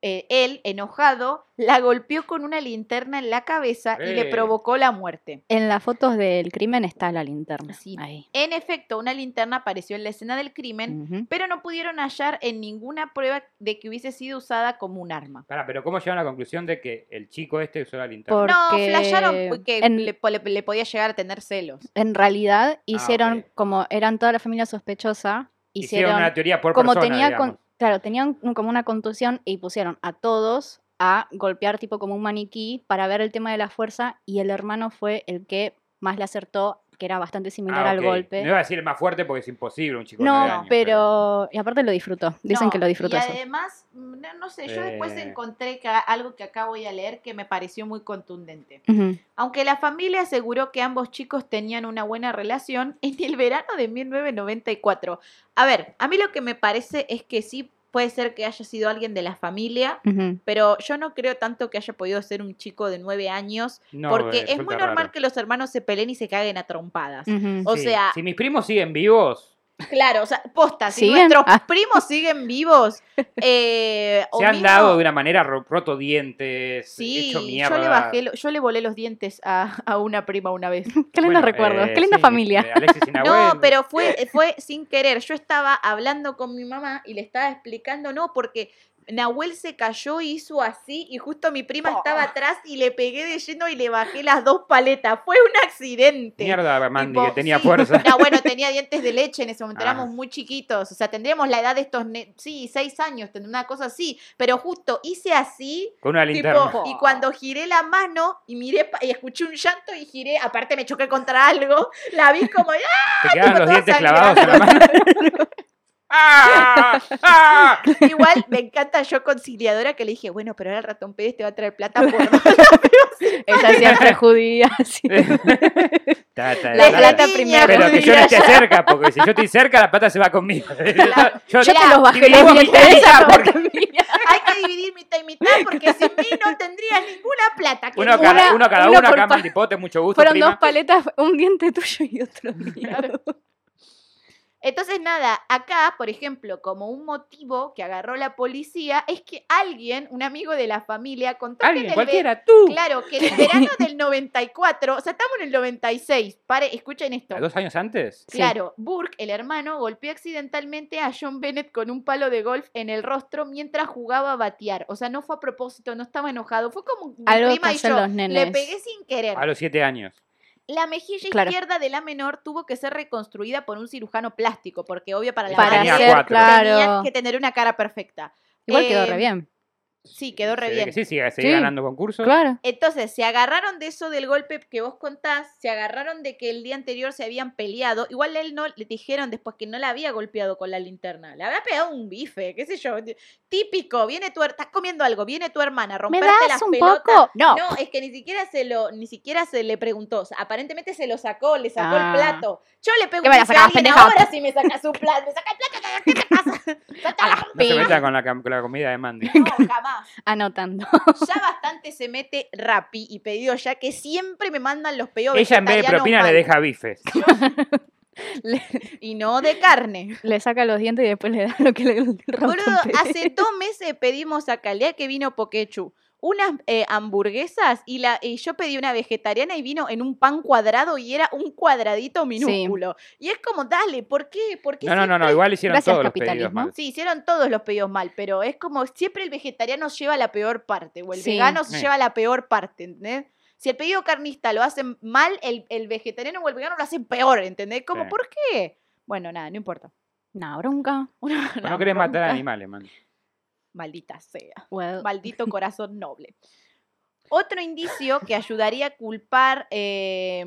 C: eh, él, enojado, la golpeó con una linterna en la cabeza y le
D: Eh.
C: provocó la muerte.
E: En las fotos del crimen está la linterna.
C: Sí.
E: Ahí.
C: En efecto, una linterna apareció en la escena del crimen,
E: Ujú.
C: pero no pudieron hallar en ninguna prueba de que hubiese sido usada como un arma.
D: Pará, pero ¿cómo llegaron a la conclusión de que el chico este usó la linterna?
E: Por-
C: No,
E: Porque
C: flasharon que
E: en-
C: le, po- le- le podía llegar a tener celos.
E: En realidad hicieron,
D: Ah, ok.
E: como eran toda la familia sospechosa,
D: Hicieron,
E: hicieron,
D: una teoría por
E: como
D: persona,
E: tenía
D: digamos.
E: con- claro, tenían un- como una contusión y pusieron a todos a golpear tipo como un maniquí para ver el tema de la fuerza y el hermano fue el que más le acertó, que era bastante similar
D: Ah,
E: al
D: ok.
E: golpe.
D: No iba a decir el más fuerte porque es imposible un chico de
E: No,
D: nueve años,
E: pero... Y aparte lo disfrutó. Dicen
C: No,
E: que lo disfrutó
C: Y
E: eso.
C: además, mm, no, no sé, yo después
D: Eh.
C: encontré ca- algo que acá voy a leer que me pareció muy contundente.
E: Ujú.
C: Aunque la familia aseguró que ambos chicos tenían una buena relación <laughs> en el verano de 1994. A ver, a mí lo que me parece es que sí puede ser que haya sido alguien de la familia,
E: Ujú.
C: pero yo no creo tanto que haya podido ser un chico de nueve años,
D: No,
C: porque
D: eh,
C: es muy
D: resulta
C: normal
D: raro.
C: que los hermanos se peleen y se caguen a trompadas.
E: Ujú.
C: o
D: Sí,
C: sea-
D: Si mis primos siguen vivos,
C: Claro, o sea, posta, si
E: ¿Siguen?
C: nuestros
E: Ah.
C: primos siguen vivos, eh, o
D: se han
C: mismo-
D: dado de una manera ro- roto dientes,
C: Sí,
D: hecho mierda.
C: yo le bajé, lo- yo le volé los dientes a, a una prima una vez.
E: Qué lindos
D: Bueno,
E: recuerdos,
D: eh,
E: qué linda
D: sí,
E: familia.
D: eh,
C: <laughs>
D: Alexis sin abuelo.
C: No,
D: <laughs>
C: pero fue, fue sin querer. Yo estaba hablando con mi mamá y le estaba explicando, no, porque Nahuel se cayó y hizo así y justo mi prima estaba
D: Oh.
C: atrás y le pegué de lleno y le bajé las dos paletas. Fue un accidente.
D: Mierda, Mandy,
C: Tipo,
D: que tenía
C: sí. <laughs>
D: fuerza.
C: No, bueno, tenía dientes de leche en ese momento,
D: Ah.
C: éramos muy chiquitos, o sea, tendríamos la edad de estos, ne- sí, seis años, tendría una cosa así, pero justo hice así
D: Con una
C: Tipo,
D: linterna.
C: y cuando giré la mano y miré pa- y escuché un llanto y giré, aparte me choqué contra algo, <laughs> la vi como ¡ah!
D: Te quedaban
C: tipo,
D: los
C: toda
D: dientes clavados en la mano.
C: <laughs>
D: <laughs> ¡Ah! ¡Ah! <laughs>
C: Igual me encanta yo conciliadora que le dije, bueno, pero ahora el ratón Pérez te va a traer plata por
E: Ella
D: <laughs>
E: siempre judía. <laughs> sí.
D: Eh, Ta, ta,
E: La
D: ta.
E: plata
C: niña,
E: primero.
D: Pero que yo
C: Mira,
D: no esté cerca, porque si yo estoy cerca, la plata se va conmigo. <laughs>
C: Claro.
D: Yo,
E: Yo te los bajé
D: divido
E: los
D: mi
E: dientes,
D: plata
E: esa
D: porque- <laughs>
E: plata mía.
C: <laughs> Hay que dividir mitad y mitad porque sin mí no tendrías ninguna plata. que
D: Uno
C: no-
D: cada uno, cada
E: uno
D: uno acá
E: por pa-
D: Mandipote, mucho gusto,
E: Fueron
D: prima.
E: dos paletas, un diente <laughs> tuyo y
D: <laughs>
E: otro mío.
C: Entonces, nada, acá, por ejemplo, como un motivo que agarró la policía es que alguien, un amigo de la familia, contó que en
D: Alguien,
C: el
D: cualquiera, tú.
C: Claro, que en el verano del 94, o sea, estamos en el 96, pare, escuchen esto.
D: ¿Dos años antes?
E: Sí.
C: Claro, Burke, el hermano, golpeó accidentalmente a John Bennett con un palo de golf en el rostro mientras jugaba a batear. O sea, no fue a propósito, no estaba enojado. Fue como mi
E: Algo que
C: prima y
E: hacen
C: yo.
E: los
C: Le
E: nenes.
C: pegué sin
D: A
C: querer.
D: los siete años.
C: La mejilla
E: Claro.
C: izquierda de la menor tuvo que ser reconstruida por un cirujano plástico, porque obvio para la
E: Para
D: Tenía
C: madre
E: hacer,
D: cuatro.
E: claro.
C: tenía que tener una cara perfecta.
E: Igual quedó
C: Eh,
E: re bien.
C: Sí, quedó re
D: Se ve
C: bien.
D: que Sí, sigue, sigue
E: Sí.
D: ganando concursos.
E: Claro.
C: Entonces, se agarraron de eso del golpe que vos contás, se agarraron de que el día anterior se habían peleado. Igual él no le dijeron después que no la había golpeado con la linterna. Le habrá pegado un bife, qué sé yo. Típico, viene tu her- estás comiendo algo, viene tu hermana,
E: ¿Me
C: romperte
E: das
C: las
E: un
C: pelotas.
E: poco? No.
C: No, es que ni siquiera se lo, ni siquiera se le preguntó. O sea, aparentemente se lo sacó, le sacó
E: Ah.
C: el plato. Yo le pego
E: ¿Qué
C: un
E: me la
C: bife a
E: sacás,
C: alguien
E: pendeja?
C: ahora si me sacas un plato, me saca el plato, ¿qué te
E: <laughs>
C: pasa? Saca la
D: No se
C: pila.
D: meta con la, cam- con la comida de Mandy.
C: No, jamás.
E: Ah, Anotando.
C: Ya bastante se mete Rappi y pedido ya que siempre me mandan los pedidos
D: Ella en vez de
C: vegetarianos
D: propinas le
C: mal.
D: deja bifes.
E: Le,
C: Y no de
D: <laughs>
C: carne.
E: <laughs> le saca los dientes y después le da lo que le <laughs> el ratón
C: Boludo,
E: Pérez.
C: hace dos meses pedimos a Calea que vino Poquechu unas eh, hamburguesas y, la, y yo pedí una vegetariana y vino en un pan cuadrado y era un cuadradito minúsculo. Y es como, dale, ¿por qué? ¿Por qué
D: No, no, no, no,
C: siempre-
D: igual hicieron
E: Gracias,
D: todos los pedidos
E: capitalismo.
D: mal.
C: Sí, hicieron todos los pedidos mal, pero es como siempre el vegetariano lleva la peor parte, o el
E: Sí.
C: vegano
D: Sí.
C: lleva la peor parte, ¿entendés? Si el pedido carnista lo hacen mal, el, el vegetariano o el vegano lo hacen peor, ¿entendés? Como,
D: Sí.
C: ¿por qué? Bueno, nada, no importa.
E: Una bronca.
C: Una-
D: Pero
C: una
D: Pues no querés matar
C: bronca.
D: animales, man.
C: Maldita
E: <laughs>
C: sea.
E: Well,
C: Maldito corazón noble. Otro indicio que ayudaría a culpar eh,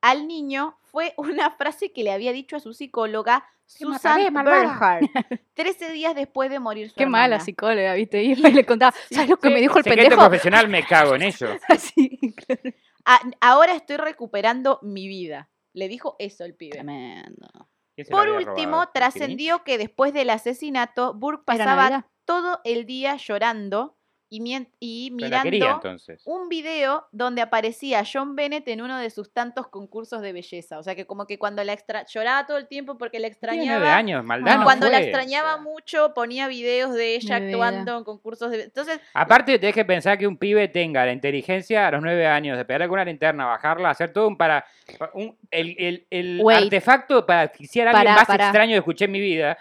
C: al niño fue una frase que le había dicho a su psicóloga Susan
B: mataré, malvada.
C: Bernhardt 13 días después de morir su
E: qué mala
C: hermana.
E: psicóloga, ¿viste? Y le contaba, ¿sabes lo que me dijo el
D: Secreto
E: pendejo?
D: profesional, me cago en ello.
E: <laughs> Así, claro.
C: A- ahora estoy recuperando mi vida. Le dijo eso el pibe.
E: Tremendo.
D: ¿Quién se lo
C: Por
D: había robado?
C: último,
D: ¿Quién?
C: trascendió que después del asesinato, Burke
E: Era
C: pasaba
E: Navidad.
C: todo el día llorando y, mien- y
D: Pero la quería
C: mirando
D: entonces.
C: un video donde aparecía John Bennett en uno de sus tantos concursos de belleza. O sea que como que cuando la extra lloraba todo el tiempo porque la
D: Tiene nueve
C: extrañaba.
D: años, maldad. no
C: cuando la
D: fue,
C: extrañaba
D: o sea.
C: mucho, ponía videos de ella
E: Mi
C: actuando en concursos de be- Entonces,
D: Aparte, tenés que pensar que un pibe tenga la inteligencia a los nueve años de pegarle con una linterna, bajarla, hacer todo un para. un- el el- el
E: Wait.
D: artefacto para asfixiar a alguien
E: Pará,
D: más
E: pará.
D: extraño que escuché en mi vida.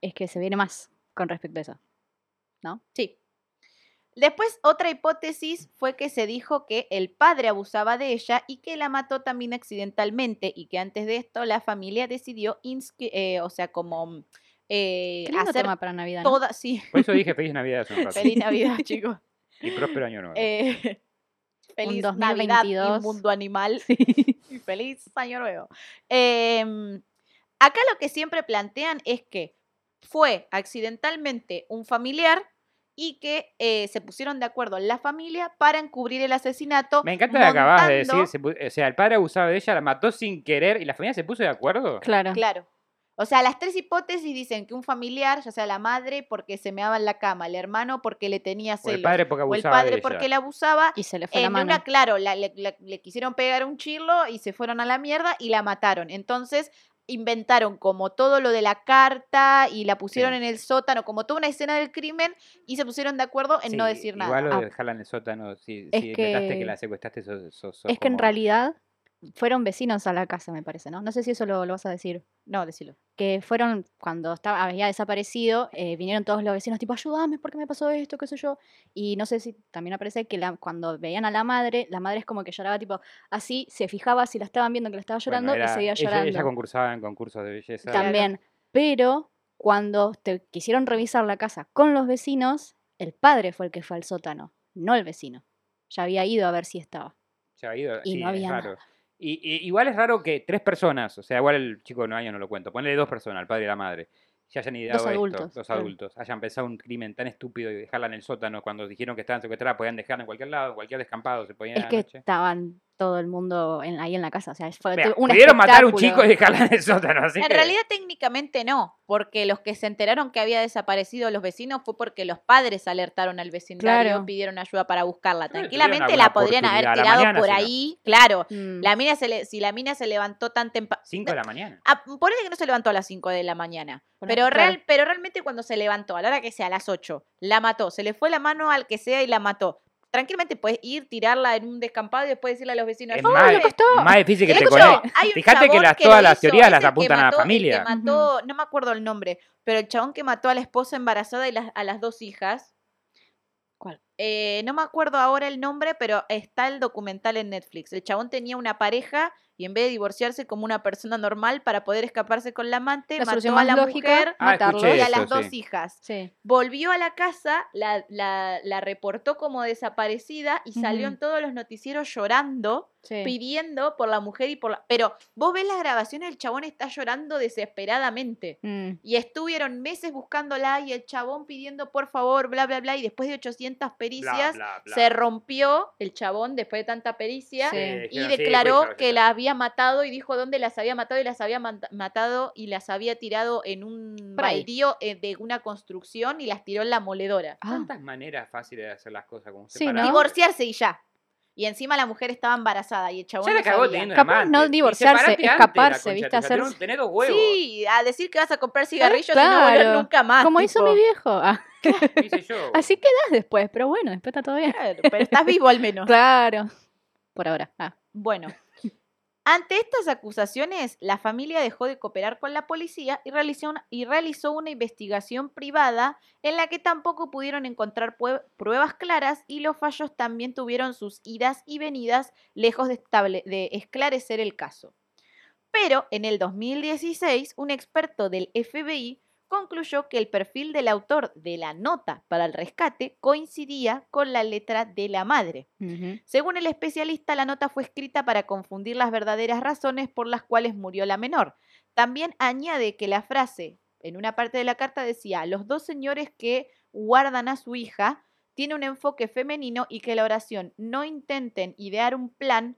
E: Es que se viene más con respecto a eso.
C: sí. Después, otra hipótesis fue que se dijo que el padre abusaba de ella y que la mató también accidentalmente y que antes de esto la familia decidió, inscri- eh, o sea, como eh,
E: Qué lindo
C: hacer
E: tema para Navidad, ¿no?
C: toda, <laughs> sí,
D: Por eso dije feliz Navidad hace un rato.
E: <laughs>
C: feliz Navidad, chicos.
D: Y próspero año nuevo.
C: Eh, <laughs> feliz
E: Un
C: Navidad y
E: 2022.
C: mundo animal. <laughs> Y feliz año nuevo. Em, acá lo que siempre plantean es que fue accidentalmente un familiar y que eh, se pusieron de acuerdo la familia para encubrir el asesinato.
D: Me encanta lo que acabas de
C: montando-
D: decir. se pu- o sea, el padre abusaba de ella, la mató sin querer y la familia se puso de acuerdo.
E: Claro.
C: Claro. O sea, las tres hipótesis dicen que un familiar, ya sea la madre porque se meaba en la cama, el hermano porque le tenía
D: O
C: celos,
D: el padre porque
C: o el
D: abusaba
C: padre
D: de ella.
C: porque la abusaba
E: Y se le fue la
C: En
E: mano.
C: una, claro, la- le, la- le quisieron pegar un chirlo y se fueron a la mierda y la mataron. Entonces inventaron como todo lo de la carta y la pusieron
D: Sí.
C: en el sótano, como toda una escena del crimen y se pusieron de acuerdo en no
D: Sí,
C: decir nada.
D: Igual lo
E: Ah.
D: de dejarla en el sótano, si,
E: Es
D: si notaste que
E: que-
D: la secuestraste, sos, sos- sos
E: Es que en
D: como-
E: realidad fueron vecinos a la casa, me parece, ¿no? No sé si eso lo, lo vas a decir.
C: No, decilo.
E: Que fueron, cuando estaba, había desaparecido, eh, vinieron todos los vecinos, tipo, ayúdame, ¿por qué me pasó esto? ¿Qué sé yo? Y no sé si también aparece que la- cuando veían a la madre, la madre es como que lloraba, tipo, así, se fijaba si la estaban viendo que la estaba
D: Bueno,
E: llorando
D: era-
E: y seguía
D: ella-
E: llorando.
D: Ella, concursaba en concursos de belleza.
E: También. Pero cuando te quisieron revisar la casa con los vecinos, el padre fue el que fue al sótano, no el vecino. Ya había ido a ver si estaba.
D: Se ha ido,
E: Y
D: sí,
E: no había
D: es
E: nada.
D: raro. Y, y- igual es raro que tres personas, o sea, igual el chico de nueve años no lo cuento, ponle dos personas, el padre y la madre, se hayan ideado esto,
E: adultos,
D: dos
E: claro.
D: adultos, hayan pensado un crimen tan estúpido y dejarla en el sótano cuando dijeron que estaban secuestradas, podían dejarla en cualquier lado, en cualquier descampado, se podían
E: Es que estaban todo el mundo en, ahí en la casa. O sea, fue
D: Vea,
E: un
D: pudieron matar a un chico
E: espectáculo.
D: y dejarla en el sótano, así
C: en
D: que-
C: realidad técnicamente no, porque los que se enteraron que había desaparecido los vecinos fue porque los padres alertaron al vecindario,
E: Claro.
C: pidieron ayuda para buscarla.
D: Pero le tuvieron
C: Tranquilamente
D: alguna
C: la podrían haber
D: oportunidad. A la
C: tirado
D: mañana,
C: por
D: si no.
C: ahí, claro.
E: Mm.
C: La mina se le- si la mina se levantó tan temprano.
D: Cinco de la mañana.
C: Ah, ponele que no se levantó a las 5 de la mañana.
E: Bueno,
C: Pero,
E: claro.
C: real, pero realmente cuando se levantó, a la hora que sea, a las 8, la mató. Se le fue la mano al que sea y la mató. Tranquilamente puedes ir, tirarla en un descampado y después decirle a los vecinos.
D: Es
C: "No,
D: más,
C: le-
D: más difícil que
C: de
D: te
C: hecho,
D: conecte.
C: hay un
D: Fíjate que
C: chabón
D: las-
C: lo
D: todas las
C: hizo,
D: teorías
C: es
D: las
C: el que
D: apuntan a la
C: mató- el
D: familia.
C: que mató, no me acuerdo el nombre, pero el chabón que mató a la esposa embarazada y las- a las dos hijas.
E: ¿Cuál?
C: Eh, no me acuerdo ahora el nombre, pero está el documental en Netflix. El chabón tenía una pareja y en vez de divorciarse como una persona normal para poder escaparse con la amante,
E: La
C: mató
E: solución
C: a
E: más
C: la
E: lógica,
C: mujer
D: Ah, escuché
E: matarlos.
C: y a
D: eso,
C: las dos
D: sí.
C: hijas.
E: Sí.
C: Volvió a la casa, la, la- la reportó como desaparecida y salió
E: Ujú.
C: en todos los noticieros llorando
E: sí.
C: pidiendo por la mujer y por la... Pero vos ves las grabaciones, el chabón está llorando desesperadamente.
E: Mm.
C: Y estuvieron meses buscándola y el chabón pidiendo por favor, bla, bla, bla. Y después de 800
D: Bla,
C: pericias,
D: bla, bla.
C: se rompió el chabón después de tanta pericia.
E: Sí.
C: Y
D: dijeron, sí,
C: declaró
D: juicio,
C: que
D: ya
C: la había matado y dijo dónde las había matado y las había mata- matado y las había tirado en un
E: Por ahí.
C: baldío eh, de una construcción y las tiró en la moledora.
D: está.
E: Ah,
D: Tantas maneras fáciles de hacer las cosas como
E: Sí, ¿no?
D: separar.
C: Divorciarse y ya. Y encima la mujer estaba embarazada y el chabón
D: Ya la
C: no
D: cagó
C: sabía.
D: teniendo
E: Capaz
D: amante.
E: no
D: Y
E: divorciarse,
D: separate antes,
E: escaparse,
D: la concha
E: ¿viste?
D: de tu madre.
E: Hacer-
D: Tener dos huevos.
C: Sí, a decir que vas a comprar cigarrillos y no volver
E: Ah, claro.
C: nunca más.
E: Como hizo mi
C: tipo.
E: viejo. Ah,
D: Hice yo.
E: <laughs> Así quedas después, pero bueno, después está todo bien.
C: Claro, pero estás vivo al menos.
E: Claro. Por ahora. Ah.
C: Bueno. Ante estas acusaciones, la familia dejó de cooperar con la policía y realizó, una, y realizó una investigación privada en la que tampoco pudieron encontrar pue- pruebas claras y los fallos también tuvieron sus idas y venidas lejos de, estable- de esclarecer el caso. Pero en el 2016, un experto del FBI concluyó que el perfil del autor de la nota para el rescate coincidía con la letra de la madre.
E: Ujú.
C: Según el especialista, la nota fue escrita para confundir las verdaderas razones por las cuales murió la menor. También añade que la frase en una parte de la carta decía, los dos señores que guardan a su hija tiene un enfoque femenino y que la oración no intenten idear un plan,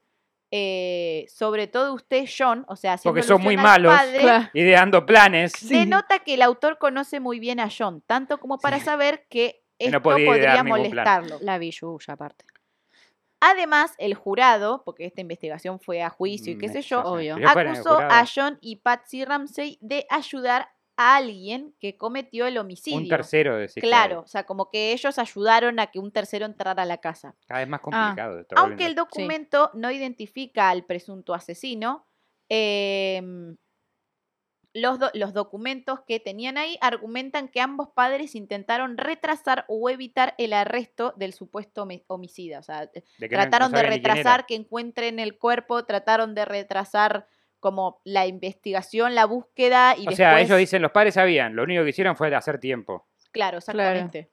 C: eh, sobre todo usted, John, o sea, haciendo
D: Porque son
C: alusión
D: muy
C: al
D: malos.
C: padre,
E: Claro.
D: Ideando planes.
E: Sí.
C: Denota que el autor conoce muy bien a John, tanto como para saber que
D: Que
C: esto
D: no podía idear
C: podría
D: ningún plan.
C: molestarlo.
E: La vi Yuya, aparte.
C: Además, el jurado, porque esta investigación fue a juicio y qué
D: Me
C: sé yo,
D: choca.
E: obvio.
D: Si yo fuera en el
C: acusó
D: jurado,
C: a John y Patsy Ramsey de ayudar a alguien que cometió el homicidio.
D: un tercero de
C: Claro, o sea, como que ellos ayudaron a que un tercero entrara a la casa.
D: Cada vez más
E: Ah.
D: complicado. esto,
C: Aunque el
D: volviendo.
C: documento no identifica al presunto asesino, em, los, do- los documentos que tenían ahí argumentan que ambos padres intentaron retrasar o evitar el arresto del supuesto homi- homicida. O sea,
D: De que no- no
C: trataron de
D: sabía ni quién era.
C: retrasar que encuentren el cuerpo, trataron de retrasar como la investigación, la búsqueda y
D: O
C: después... Ah,
D: sea, ellos dicen, los padres sabían, lo único que hicieron fue hacer tiempo.
C: Claro, exactamente.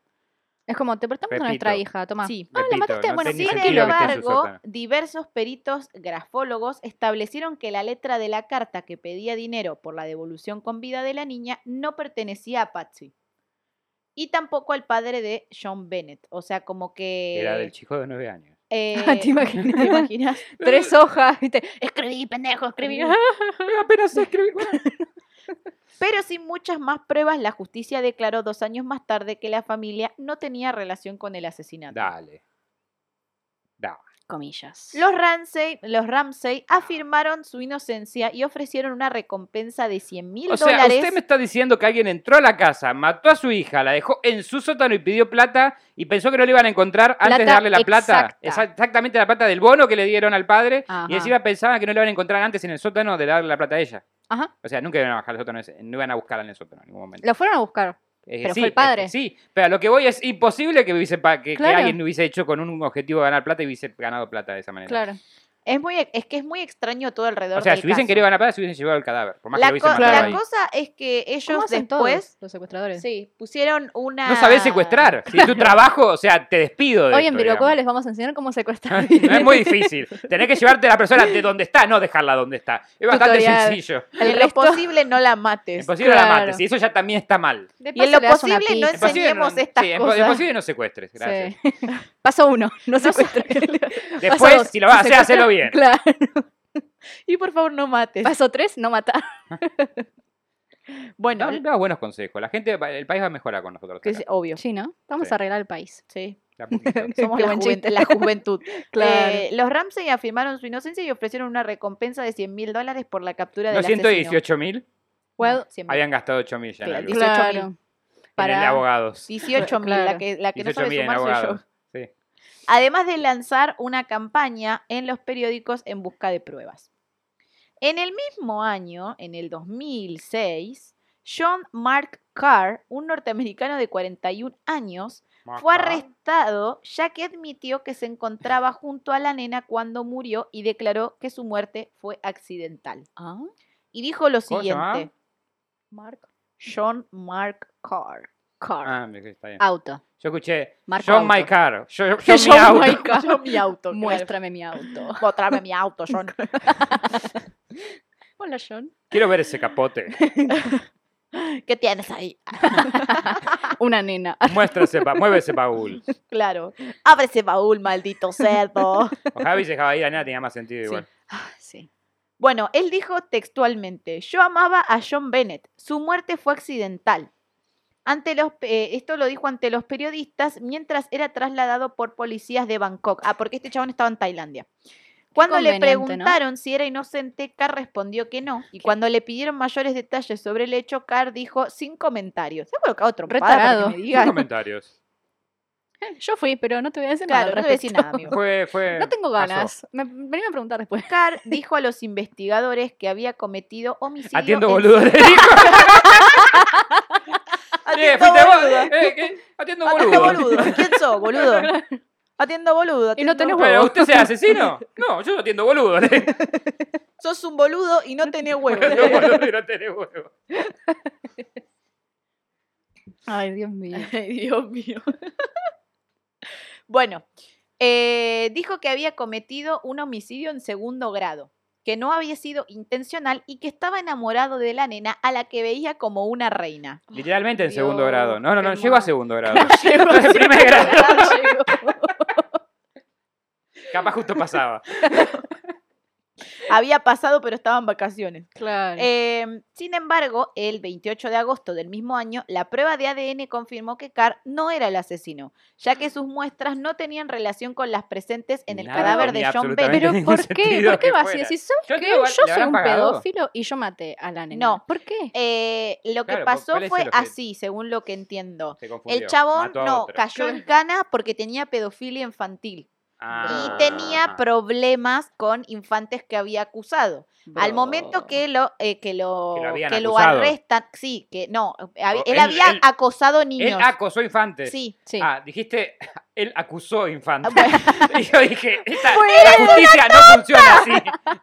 E: Es como, te prestamos a nuestra
D: Repito.
E: hija, toma.
C: Sí.
E: Ah, la
D: Repito,
E: mataste.
D: no
E: bueno,
D: sé ni
E: sí,
C: Sin
D: sentido que esté en su
C: embargo,
D: sótano.
C: diversos peritos grafólogos establecieron que la letra de la carta que pedía dinero por la devolución con vida de la niña no pertenecía a Patsy. Y tampoco al padre de John Bennett. O sea, como que...
D: Era del chico de nueve años.
E: Ah,
C: eh,
E: <laughs> ¿te imaginas?
C: ¿te imaginas?
E: Tres hojas, ¿viste? Escribí, pendejo, escribí.
D: Apenas escribí.
C: Pero sin muchas más pruebas, la justicia declaró dos años más tarde que la familia no tenía relación con el asesinato.
D: Dale. Da.
E: Comillas.
C: Los Ramsey, los Ramsey afirmaron su inocencia y ofrecieron una recompensa de 100 mil
D: O sea,
C: dólares.
D: usted me está diciendo que alguien entró a la casa, mató a su hija, la dejó en su sótano y pidió plata y pensó que no le iban a encontrar antes de
E: Plata
D: darle la plata.
E: exacta.
D: Esa- Exactamente la plata del bono que le dieron al padre y
E: Ajá.
D: encima pensaban que no le iban a encontrar antes en el sótano de darle la plata a ella.
E: Ajá.
D: O sea, nunca iban a bajar al sótano, ese- no iban a buscarla en el sótano en ningún momento.
E: Lo fueron a buscar.
D: Eh,
E: Pero
D: sí,
E: fue el padre.
D: eh, sí, pero a lo que voy es imposible que, hubiese pa- que, que
E: Claro.
D: alguien hubiese hecho con un objetivo ganar plata y hubiese ganado plata de esa manera.
E: Claro.
C: Es, muy, es que es muy extraño todo alrededor
D: O sea,
C: del
D: si hubiesen
C: caso.
D: querido ganar plata, se hubiesen llevado el cadáver. Por más
C: la,
D: que lo hubiesen
C: co-
D: matado
C: la
D: ahí.
C: cosa es que
E: ¿Cómo
C: ellos
E: hacen
C: después
E: todos los secuestradores?
C: sí, pusieron una...
D: No sabés secuestrar. Si es tu trabajo, o sea, te despido de
E: Hoy en
D: esto,
E: Virocoa
D: digamos.
E: les vamos a enseñar cómo secuestrar.
D: No <laughs> es muy difícil. Tenés que llevarte a la persona de donde está, no dejarla donde está. Es bastante
E: Tutorial.
D: sencillo.
C: Y en
E: El
C: lo
E: resto-
C: posible no la mates.
D: Imposible la
E: Claro.
D: mates. Y eso ya también está mal.
E: De
C: Y en
E: paso
C: lo
E: le das una
C: posible no
E: pizza.
C: enseñar
D: Imposible no,
C: Enseñemos estas
D: sí, impo-
C: cosas.
D: imposible no secuestres.
C: <laughs>
D: Gracias.
E: Sí. <laughs> Paso uno, no
C: No
E: secuestres. <laughs>
D: Después,
E: dos,
D: si lo vas
E: no
D: a hacer,
E: secuestres.
D: hacelo bien.
E: <laughs> Claro.
C: Y por favor no mates.
E: Paso tres, no matar.
C: Bueno,
D: No, no, buenos consejos. La gente, el país va a mejorar con nosotros.
C: que
D: acá,
C: es obvio.
E: Sí, ¿no? Vamos
D: Sí.
E: a arreglar el país.
C: Sí.
D: de a
C: <laughs>
E: Qué
C: Somos
D: poquito.
C: la,
E: buen
C: juven-
E: chiste.
C: la <laughs> juventud.
E: Claro.
C: Eh, los Ramsey afirmaron su inocencia y ofrecieron una recompensa de 100 mil dólares por la captura
D: No
C: del asesino.
D: 118 mil,
E: Well,
C: 100 <laughs> mil.
D: habían gastado 8 mil ya en
C: Claro,
D: algo.
C: 18.000.
E: claro.
D: En el de abogados.
C: 18 mil, la
E: Claro.
C: que, la que no
D: 18.000
C: sabe
D: en
C: sumar soy
D: abogados.
C: yo.
D: Sí.
C: Además de lanzar una campaña en los periódicos en busca de pruebas. En el mismo año, en el 2006, John Mark Carr, un norteamericano de 41 años, fue arrestado ya que admitió que se encontraba junto a la nena cuando murió y declaró que su muerte fue accidental.
E: Ah,
C: Y dijo lo
D: ¿Cómo se llamaba?
C: siguiente,
E: Mark
C: John Mark Carr.
E: Car.
D: Ah, me- está bien.
E: Auto.
D: Yo escuché
E: Marco
D: John My
E: auto.
C: <laughs>
D: Car. Yo, yo, mi
E: John
D: auto.
E: My Car.
C: Yo mi auto. Muestra.
E: Muéstrame mi auto.
C: Mostrame mi auto, John. <laughs>
E: Hola, John.
D: Quiero ver ese capote.
C: <laughs> ¿Qué tienes ahí?
E: Una nena.
D: Muestra ese ba- mueve ese baúl.
C: Claro. Abre ese baúl, maldito <laughs> cerdo.
D: Ojalá hubiese dejado ahí la nena, tenía más sentido igual.
E: Ah, sí.
C: Bueno, él dijo textualmente, yo amaba a John Bennett, su muerte fue accidental. Ante los, eh, esto lo dijo ante los periodistas mientras era trasladado por policías de Bangkok. Ah, porque este chabón estaba en Tailandia. Cuando le
E: conveniente, ¿no?
C: preguntaron si era inocente, Carr respondió que no. Y cuando le pidieron mayores detalles sobre el hecho, Carr dijo sin comentarios. Se ha colocado trompada para que
E: Retarado.
C: me
D: Sin
C: digas.
D: comentarios.
E: Yo fui, pero no te voy a decir
C: Claro,
E: nada.
C: no te
E: al
C: voy a decir
E: respecto.
C: nada, amigo.
D: Fue, fue.
E: No tengo
D: Eh, pasó.
E: ganas. Me, venime a preguntar después.
C: Carr dijo a los investigadores que había cometido homicidio.
D: Atiendo
C: en- <laughs>
D: boludo, le dijo. Eh,
C: Atiendo
D: fuiste vos.
C: boludo.
D: Eh, ¿qué? Atiendo
C: Atiendo
D: boludo.
C: boludo. ¿Quién sos, boludo? Atiendo boludo.
E: Y no
C: atiendo-
E: tenés
C: <laughs>
D: Pero, ¿usted sea asesino? No, yo no atiendo boludo.
C: Sos un boludo y no tenés huevos.
D: No, boludo, no tenés huevo.
E: <laughs> Ay, Dios mío.
C: Ay, Dios mío. <laughs> bueno, eh, dijo que había cometido un homicidio en segundo grado, que no había sido intencional y que estaba enamorado de la nena a la que veía como una reina.
D: Literalmente en
E: Dios,
D: segundo grado. No, no, no,
E: qué
D: llego a
E: mal.
C: <laughs>
D: segundo grado.
C: Llegó
D: En
C: <laughs>
D: primer grado.
C: Llegó.
D: Capaz justo pasaba.
C: había pasado, pero estaba en vacaciones.
E: <laughs> Claro.
C: Eh, sin embargo, el 28 de agosto del mismo año, la prueba de ADN confirmó que Carr no era el asesino, ya que sus muestras no tenían relación con las presentes en el
D: Nada,
C: cadáver
D: ni
C: de John
D: absolutamente
C: Bennett.
E: pero
D: ningún <laughs>
E: ¿por qué?
D: sentido
E: ¿Por qué
D: que
E: vas
D: fuera.
E: y decís, ¿sabes
D: Yo
E: qué?
D: digo, igual,
E: Yo
D: ¿le
E: soy
D: habrán
E: un
D: pagado?
E: pedófilo y yo maté a la nena.
C: No.
E: ¿Por qué?
C: Eh, lo que
D: Claro,
C: pasó
D: ¿cuál es
C: fue
D: el objetivo?
C: así, según lo que entiendo.
D: Se confundió.
C: El chabón
D: Mató a
C: no
D: otro.
C: cayó en cana porque tenía pedofilia infantil
D: Ah.
C: y tenía problemas con infantes que había acusado. Al momento que lo eh, que lo
D: Que lo habían
C: que lo
D: acusado.
C: arrestan, sí, que no, eh, hab-
D: O
C: él
D: él-
C: había
D: él-
C: acosado
D: Él
C: niños.
D: acosó infantes.
C: Sí.
E: Sí. Ah,
D: Ah, dijiste, <laughs> él acusó infantes.
C: Bueno.
D: <laughs> y yo dije, esta-
C: Fue
D: la justicia no funciona así.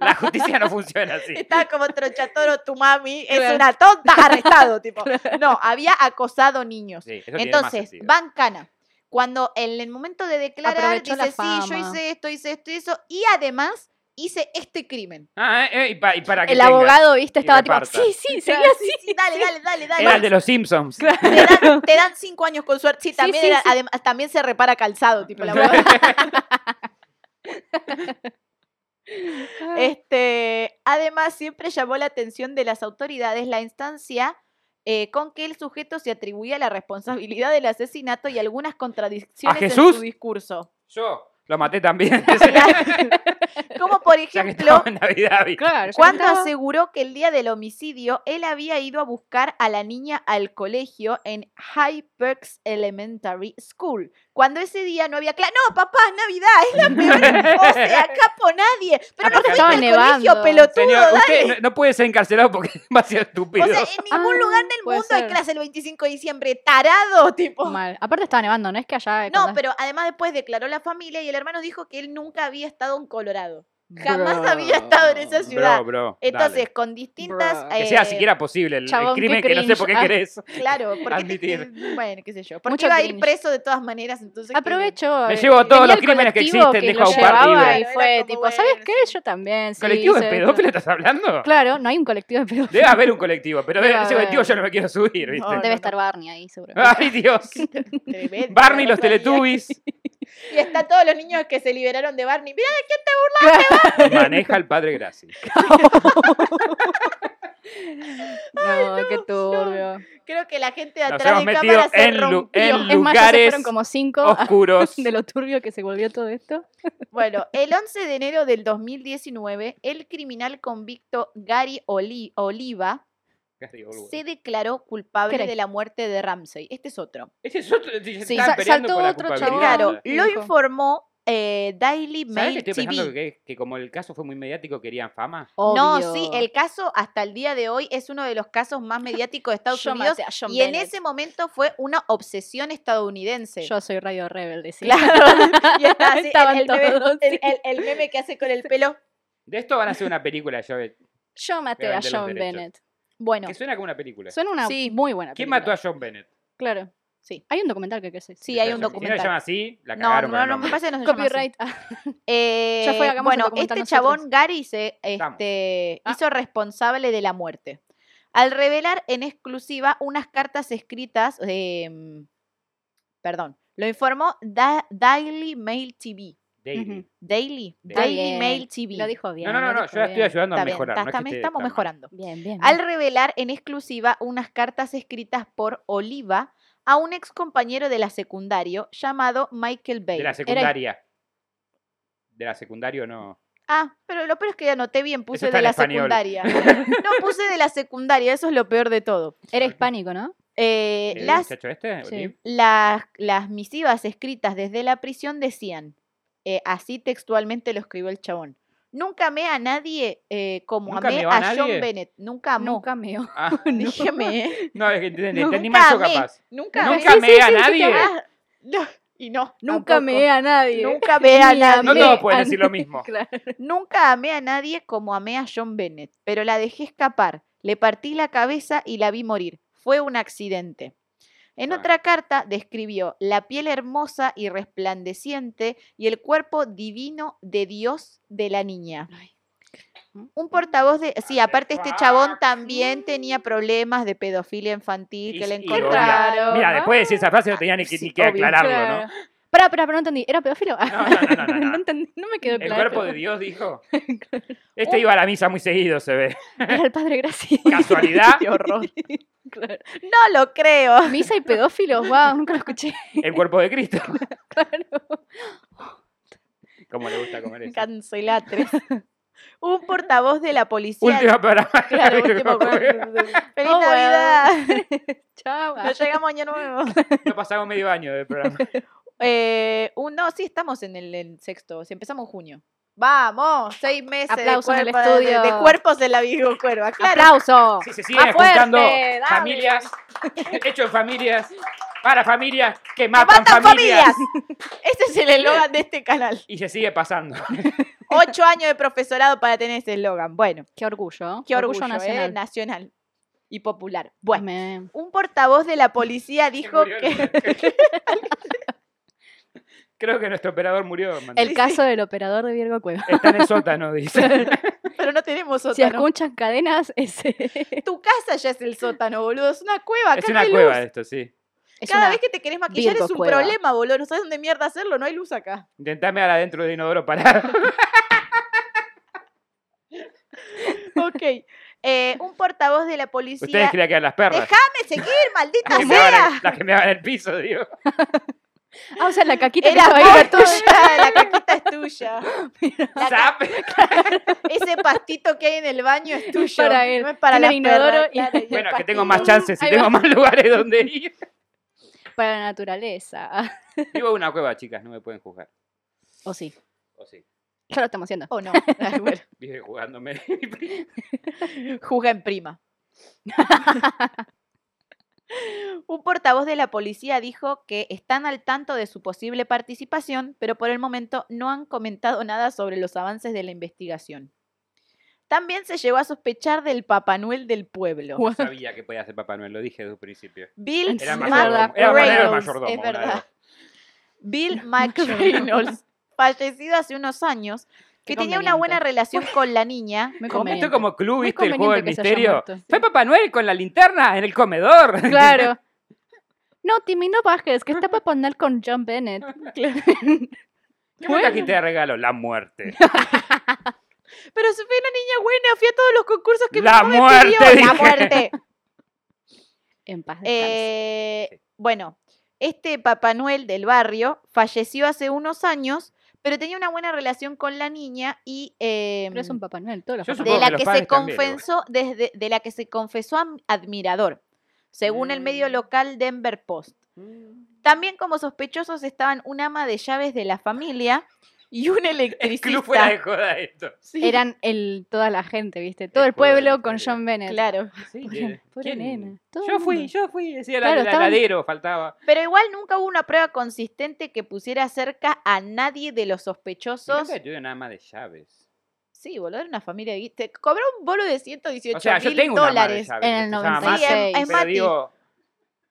D: La justicia no
E: <laughs>
D: funciona así.
C: Estaba como trochatoro, tu mami es
E: Claro.
C: una tonta,
E: <laughs>
C: arrestado, tipo. No, había acosado niños.
D: Sí, eso tiene más
C: Entonces,
D: sentido.
C: van cana. Cuando en el momento de declarar
E: Aprovechó la
C: dice, sí, yo
E: fama".
C: hice esto, hice esto y eso, y además hice este crimen.
D: Ah, eh, y, pa- y para que
E: El
D: tengas.
E: abogado, viste,
D: y
E: estaba tipo,
D: reparta.
E: sí, sí, seguía
C: Claro,
E: así. <laughs>
C: sí, dale, dale, dale, dale.
D: Era el de los Simpsons.
C: Te, dan, te dan cinco años con suerte. Sí,
E: Sí,
C: también,
E: sí,
C: era-
E: sí.
C: adem- también se repara calzado, tipo la abogada. Este, además, siempre llamó la atención de las autoridades la instancia eh, con que el sujeto se atribuía la responsabilidad del asesinato y algunas contradicciones en
D: Jesús?
C: su discurso.
D: <laughs> Yo lo
E: <laughs>
D: maté también. <laughs>
C: Como por
D: ya que
C: ejemplo,
D: estaba en Navidad. ¿viste?
E: Claro. yo
C: cuando
E: estaba-
C: aseguró que el día del homicidio él había ido a buscar a la niña al colegio en High Parks Elementary School. Cuando ese día no había clase. No, papá, es Navidad, es la
D: <laughs>
C: peor cosa, acá por nadie. Pero no
E: Aparte
C: fuiste
E: estaba
C: al colegio,
E: nevando.
C: pelotudo,
D: Señor,
C: dale.
D: usted no, no puede ser encarcelado porque <laughs> va a ser estúpido.
C: O sea, en ningún
E: Ah,
C: lugar del
E: puede
C: mundo hay
E: ser.
C: clase el 25 de diciembre, tarado, <laughs> tipo.
E: Mal. Aparte estaba nevando, no es que allá...
C: No,
E: cuando-
C: pero además después declaró la familia y el hermano dijo que él nunca había estado en Colorado. Jamás había estado en esa ciudad.
D: bro, bro.
C: Entonces,
D: dale.
C: con distintas.
E: Bro.
D: que sea
C: eh,
D: siquiera posible el, el
E: Chabón, qué
D: crimen que no sé
E: cringe.
D: por qué
E: Ah.
D: querés.
C: Claro, porque. te-
D: admitir.
C: te- bueno, qué sé yo. Porque
E: Mucho
C: iba a ir
E: cringe.
C: preso de todas maneras, entonces. que-
E: Aprovecho.
D: Me
E: eh,
D: llevo todos
E: tenía
D: los
E: el
D: crímenes que
E: colectivo
D: existen,
E: que
D: dejo
E: lo
D: a un par
E: llevaba
D: libre.
E: Y
C: Era
E: fue
C: como,
E: tipo,
C: bueno,
E: ¿sabes qué?
C: sí.
E: Yo también. sí,
D: ¿Colectivo de
E: hice esto".
D: pedófilos estás hablando?
E: Claro, no hay un colectivo de pedófilos.
D: Debe haber un colectivo, pero
E: Debe
D: ese colectivo
E: haber.
D: yo no me quiero subir, ¿viste?
C: No, no,
E: Debe estar Barney ahí, seguro.
D: Oh, <laughs>
C: <laughs>
D: Ay, Dios.
C: Tremendo,
D: <laughs> Barney y
C: Barney. <laughs>
D: los Teletubbies.
C: Y están todos los niños que se liberaron de Barney. Mirá,
D: Maneja el padre Graci.
E: no, qué turbio.
C: creo que la gente de
D: Nos
C: atrás
D: hemos
C: de
D: metido
C: cámara se
D: en lu-
C: rompió.
D: en
E: Es más, ya se
D: lugares Oh.
E: fueron como cinco ah,
D: Oscuros.
E: <laughs>
C: <laughs>
E: de lo turbio que se volvió todo esto.
C: Bueno, el 11 de enero del 2019, el criminal convicto Gary Oli- Oliva
D: Gary Oldman.
C: se declaró culpable
E: Crack.
C: de la muerte de Ramsey. Este es otro.
D: Ese es otro. se
C: Sí.
D: están
E: Sa-
D: peleando
E: saltó
D: por la
E: otro
D: culpabilidad.
E: chabón.
C: Claro, lo
E: Hijo.
C: informó eh, Daily
D: ¿Sabes que
C: Mail
D: estoy
C: TV.
D: pensando que, que como el caso fue muy mediático, querían fama?
C: No,
E: Obvio.
C: sí, el caso hasta el día de hoy es uno de los
E: <laughs>
C: casos más mediáticos de Estados
E: Yo
C: Unidos
E: maté a John
C: y en
E: Bennett.
C: ese momento fue una obsesión estadounidense.
E: Yo soy Radio Rebelde, sí. <laughs>
C: Claro, <laughs> y está así, el-
E: Estaban
C: el, meme,
E: todos,
C: el-
E: sí.
C: el- el meme que hace con el pelo.
D: De esto van a hacer una película,
C: <laughs>
D: ya ves,
E: Yo maté
D: Voy a
E: a
D: vender los
E: John
D: derechos.
E: Bennett.
C: Bueno,
D: Que suena como una película.
E: Suena una
C: Sí.
E: muy buena
D: ¿Quién
E: película.
D: mató a John Bennett?
E: Claro.
C: Sí.
E: Hay un documental que, que sé.
C: sí, hay un
D: Si no se
C: documental.
D: llama así, la
C: No,
D: cagaron. con
C: no,
D: el
C: no, me
D: nombre.
C: parece que no se llama así.
E: Copyright. Ah,
C: Eh,
E: Ya fue, hagamos el
C: bueno, este
E: documental
C: chabón
E: nosotros.
C: Gary se
D: Estamos.
C: este,
E: Ah.
C: hizo responsable de la muerte. Al revelar en exclusiva unas cartas escritas, eh, perdón, lo informó Da- Daily Mail TV.
D: Daily.
E: Ujú.
C: Daily,
D: Está
C: Daily
E: bien.
C: Mail TV.
E: Lo dijo bien.
D: No, no,
E: lo
D: no, no,
E: dijo
D: yo la estoy
E: bien.
D: ayudando a
C: Está bien,
D: mejorar.
C: está-
D: no es que
C: también
D: esté
C: estamos
D: tan mal.
C: mejorando.
E: Bien, bien.
C: Al
E: bien.
C: revelar en exclusiva unas cartas escritas por Oliva a un ex compañero de la secundario llamado Michael Bay.
D: De la secundaria. De la secundaria no.
C: Ah, pero lo peor es que anoté bien, puse
D: está
C: de
D: en
C: la
D: español. <laughs>
C: secundaria. No puse de la secundaria, eso es lo peor de todo.
E: Era hispánico, ¿no?
C: Eh,
D: ¿El
C: las,
D: muchacho este?
E: Sí.
C: <laughs>
D: Olive?
C: las, las misivas escritas desde la prisión decían, eh, así textualmente lo escribió el chabón, nunca amé a nadie eh, como
D: ¿Nunca
C: amé
D: amé
C: a,
D: a
C: John
D: nadie?
C: Bennett, nunca amó.
E: Nunca meo.
D: Ah,
C: Déjeme, ¿eh?
D: no, es que entendí, entendí mal
C: nunca
D: yo
C: amé,
D: capaz.
C: nunca amé.
D: Nunca me a nadie.
C: Ah, <laughs> no, Y no,
E: <laughs> Nunca
C: tampoco.
E: amé a nadie.
C: Nunca ve
E: <laughs>
C: a
E: Ni
C: nadie.
D: No
E: amé
D: todos pueden
E: a
D: decir lo mismo.
E: <laughs> Claro.
C: Nunca amé a nadie como amé a John Bennett, pero la dejé escapar, le partí la cabeza y la vi morir. Fue un accidente. En
D: Claro.
C: otra carta describió la piel hermosa y resplandeciente y el cuerpo divino de Dios de la niña.
E: Ay.
C: Un portavoz de... Sí, aparte este chabón también tenía problemas de pedofilia infantil
D: Y-
C: que le
D: y obvia.
C: encontraron.
D: Mira, después de decir esa frase no
C: Ah,
D: tenía ni
C: <laughs>
D: que,
C: sí,
D: ni que
C: obvio,
D: aclararlo, ¿no?
E: Pará, pará, pero no entendí. ¿Era pedófilo?
D: No,
E: <laughs>
D: no, no, no, no.
E: entendí, no me quedó
D: El
E: claro.
D: cuerpo de Dios
C: <laughs>
D: dijo.
C: Oh.
D: Este iba a la misa muy seguido, se ve.
E: Era el padre Graci. <laughs>
D: Casualidad,
C: Qué
D: <laughs>
C: horror.
E: Claro.
C: No lo creo.
E: Misa y pedófilos, wow, nunca lo escuché. <laughs>
C: <laughs>
D: el cuerpo de Cristo.
E: Claro.
D: Como le gusta comer eso.
C: Cancelatre. Un portavoz de la
D: <laughs>
C: policía.
D: Último programa.
C: <laughs>
D: <laughs>
C: Claro, último programa. ¡Feliz
E: Oh,
C: Navidad!
E: Chao.
C: No llegamos a año nuevo.
D: No pasamos medio año
C: <laughs>
D: del programa.
C: Eh, un- no, sí, estamos en el, el sexto. Si empezamos en junio. Vamos, seis meses
E: Aplauso en
C: de,
E: el
C: cuerpo- de-
E: estudio.
C: de cuerpos de la Vigo Cuerva. Claro.
E: ¡Aplauso!
D: Sí, se siguen
E: Más fuerte,
D: juntando
E: dale.
C: <laughs>
D: familias, hecho en familias, para familias que
C: ¡Que
D: matan,
C: matan
D: familias.
C: familias! <laughs> Este es el eslogan de este canal.
D: Y se sigue pasando.
C: Ocho años de profesorado para tener ese eslogan. Bueno,
E: Qué orgullo.
C: qué orgullo, ¿eh?
E: nacional.
C: Nacional y popular. Bueno,
E: Me-
C: un portavoz de la policía
D: Se
C: dijo
D: murió
C: que...
D: el- Creo que nuestro operador murió. Mandel.
E: El caso del operador de Virgo Cueva.
D: Está en el sótano, dice.
C: <laughs> Pero no tenemos
E: Si
C: sótano.
E: escuchan cadenas, <laughs> es, es
C: Tu casa ya es el sótano, boludo. Es una cueva.
D: Es
C: acá no
D: una
C: hay
D: cueva
C: luz.
D: esto, sí.
C: Cada
E: una-
C: vez que te querés maquillar
E: Virgo
C: es un
E: cueva.
C: problema, boludo. No sabes dónde mierda hacerlo, no hay
E: <laughs>
C: luz acá.
D: Intentame ahora adentro del inodoro parar.
C: Ok. Eh, un portavoz de la
D: <laughs> Ustedes
C: policía.
D: creían que eran las perras.
E: <laughs>
C: ¡Déjame seguir, maldita
D: Las que meaban en-
C: sea!
D: las que me en el piso, digo.
E: Ah, o sea, la caquita que
C: Era
E: estaba ahí era
C: vos <laughs> tuya, la caquita
E: <laughs>
C: es tuya. La ca-
D: Zap.
C: ese pastito que hay en el baño es tuyo.
E: <laughs> para él.
C: No es para
E: Tiene
C: las
E: el inodoro
C: perras,
E: y-
C: claro, y el
D: Bueno, que
C: pastito.
D: tengo más chances y
E: Ahí
D: tengo
E: va.
D: más lugares donde ir.
E: para la naturaleza. <laughs> Ah,
D: Vivo en una cueva, chicas, no me pueden juzgar.
E: O sí.
D: O sí.
E: Ya lo estamos haciendo.
C: O no. <laughs> Ay, bueno,
D: Vive jugándome. <laughs>
C: juzga en prima. <laughs> Un portavoz de la policía dijo que están al tanto de su posible participación, pero por el momento no han comentado nada sobre los avances de la investigación. También se llegó a sospechar del Papá Noel del pueblo.
E: Guau.
D: Sabía que podía ser Papá Noel, lo dije desde un principio.
C: Bill
D: Era
E: Es
D: mayordomo.
E: verdad.
D: Era
C: McReynolds,
D: mayordomo.
C: es
D: una de
C: verdad.
D: dos. <laughs>
C: Bill McReynolds, fallecido hace unos años, que
E: Qué
C: tenía una buena relación con la niña.
E: Muy
D: Como
E: conveniente.
D: esto como club,
E: Muy
D: ¿viste? El juego del
E: conveniente que se haya
D: misterio.
E: muerto.
D: Fue Papá Noel con la linterna en el comedor. <laughs>
E: Claro. No, Timmy, no bajes, que está para poner con John
D: <laughs>
E: Bennett. <laughs>
D: ¿Qué me trajiste de regalo? La muerte.
C: Pero se fue una niña buena, fui a todos los concursos que
D: La
C: mi mamá me
D: muerte,
C: pidió. La
D: dije. <laughs>
C: muerte.
E: En paz. descanse.
C: Eh, bueno, este Papá Noel del barrio falleció hace unos años, pero tenía una buena relación con la niña y eh,
E: Pero es un Papá Noel, todos los
D: Yo
E: Papá
D: supongo
C: de la
D: que los
C: que se
D: padres también,
C: confesó desde de la que se confesó am- admirador, según el medio
D: Mm.
C: local Denver Post.
D: <laughs> El
C: También como sospechosos estaban un ama de llaves de la familia y
D: <laughs>
C: un electricista.
D: club fuera de joda esto.
C: Sí,
E: Eran el, toda la gente, ¿viste? Todo
D: El
E: el,
D: pueblo,
E: pueblo
D: el
E: con
D: pueblo.
E: John Bennett.
C: claro.
D: Sí,
E: Pobre-
D: eh,
E: Ah, pobre
D: ¿quién?
E: nena, todo el
D: Yo fui,
E: mundo.
D: yo fui, decía el
E: Claro,
D: el
E: estaban-
D: heladero, faltaba.
C: Pero igual nunca hubo una prueba consistente que pusiera cerca a nadie de los sospechosos.
D: Nunca tuve nada más de llaves.
C: Sí, boludo, era una familia de te cobró un bolo de 118
D: O sea, yo
C: mil
D: tengo una ama de
C: dólares.
D: llaves.
E: en el
D: se llama
E: 96. Sí,
D: Mate,
E: es-
C: es
D: pero
C: Mati.
D: digo,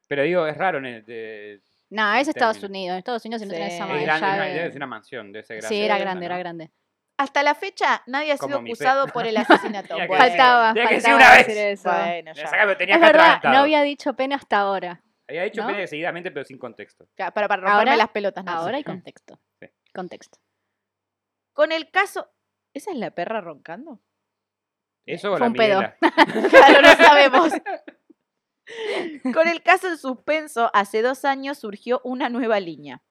D: pero digo, es raro en el, de-
E: No, es Estados
D: Termina.
E: Unidos. En Estados Unidos si no
C: Sí.
E: tenés esa
C: Es
E: madre
D: Es grande, es una,
E: llave-
D: debe ser una mansión, debe ser grande.
E: Sí, era
D: esa,
E: grande,
D: ¿no?
E: era grande.
C: Hasta la fecha nadie ha sido
D: Como mi
C: acusado
D: pe-
C: por
D: <laughs>
C: el asesinato.
D: Tenía que
C: Bueno,
D: decir.
E: Faltaba,
D: Tenía que decir
E: faltaba
D: una vez.
E: decir eso.
C: Bueno,
D: Le
C: ya.
D: sacaba, lo tenía
E: Es
D: que
E: verdad,
D: atragantado.
E: no había dicho pena hasta ahora.
D: Había dicho
E: ¿no?
D: pene seguidamente, pero sin contexto.
C: Ya, Para, para romperme
E: Ahora-
C: las pelotas. no.
E: Ahora hay contexto.
D: Sí.
E: Contexto.
C: Con el caso... ¿Esa es la perra roncando?
D: Eso o
E: Fue
D: la
E: un pedo.
D: Miguela.
C: Claro,
D: <laughs>
C: no sabemos. Con el caso en suspenso, hace dos años surgió una nueva línea.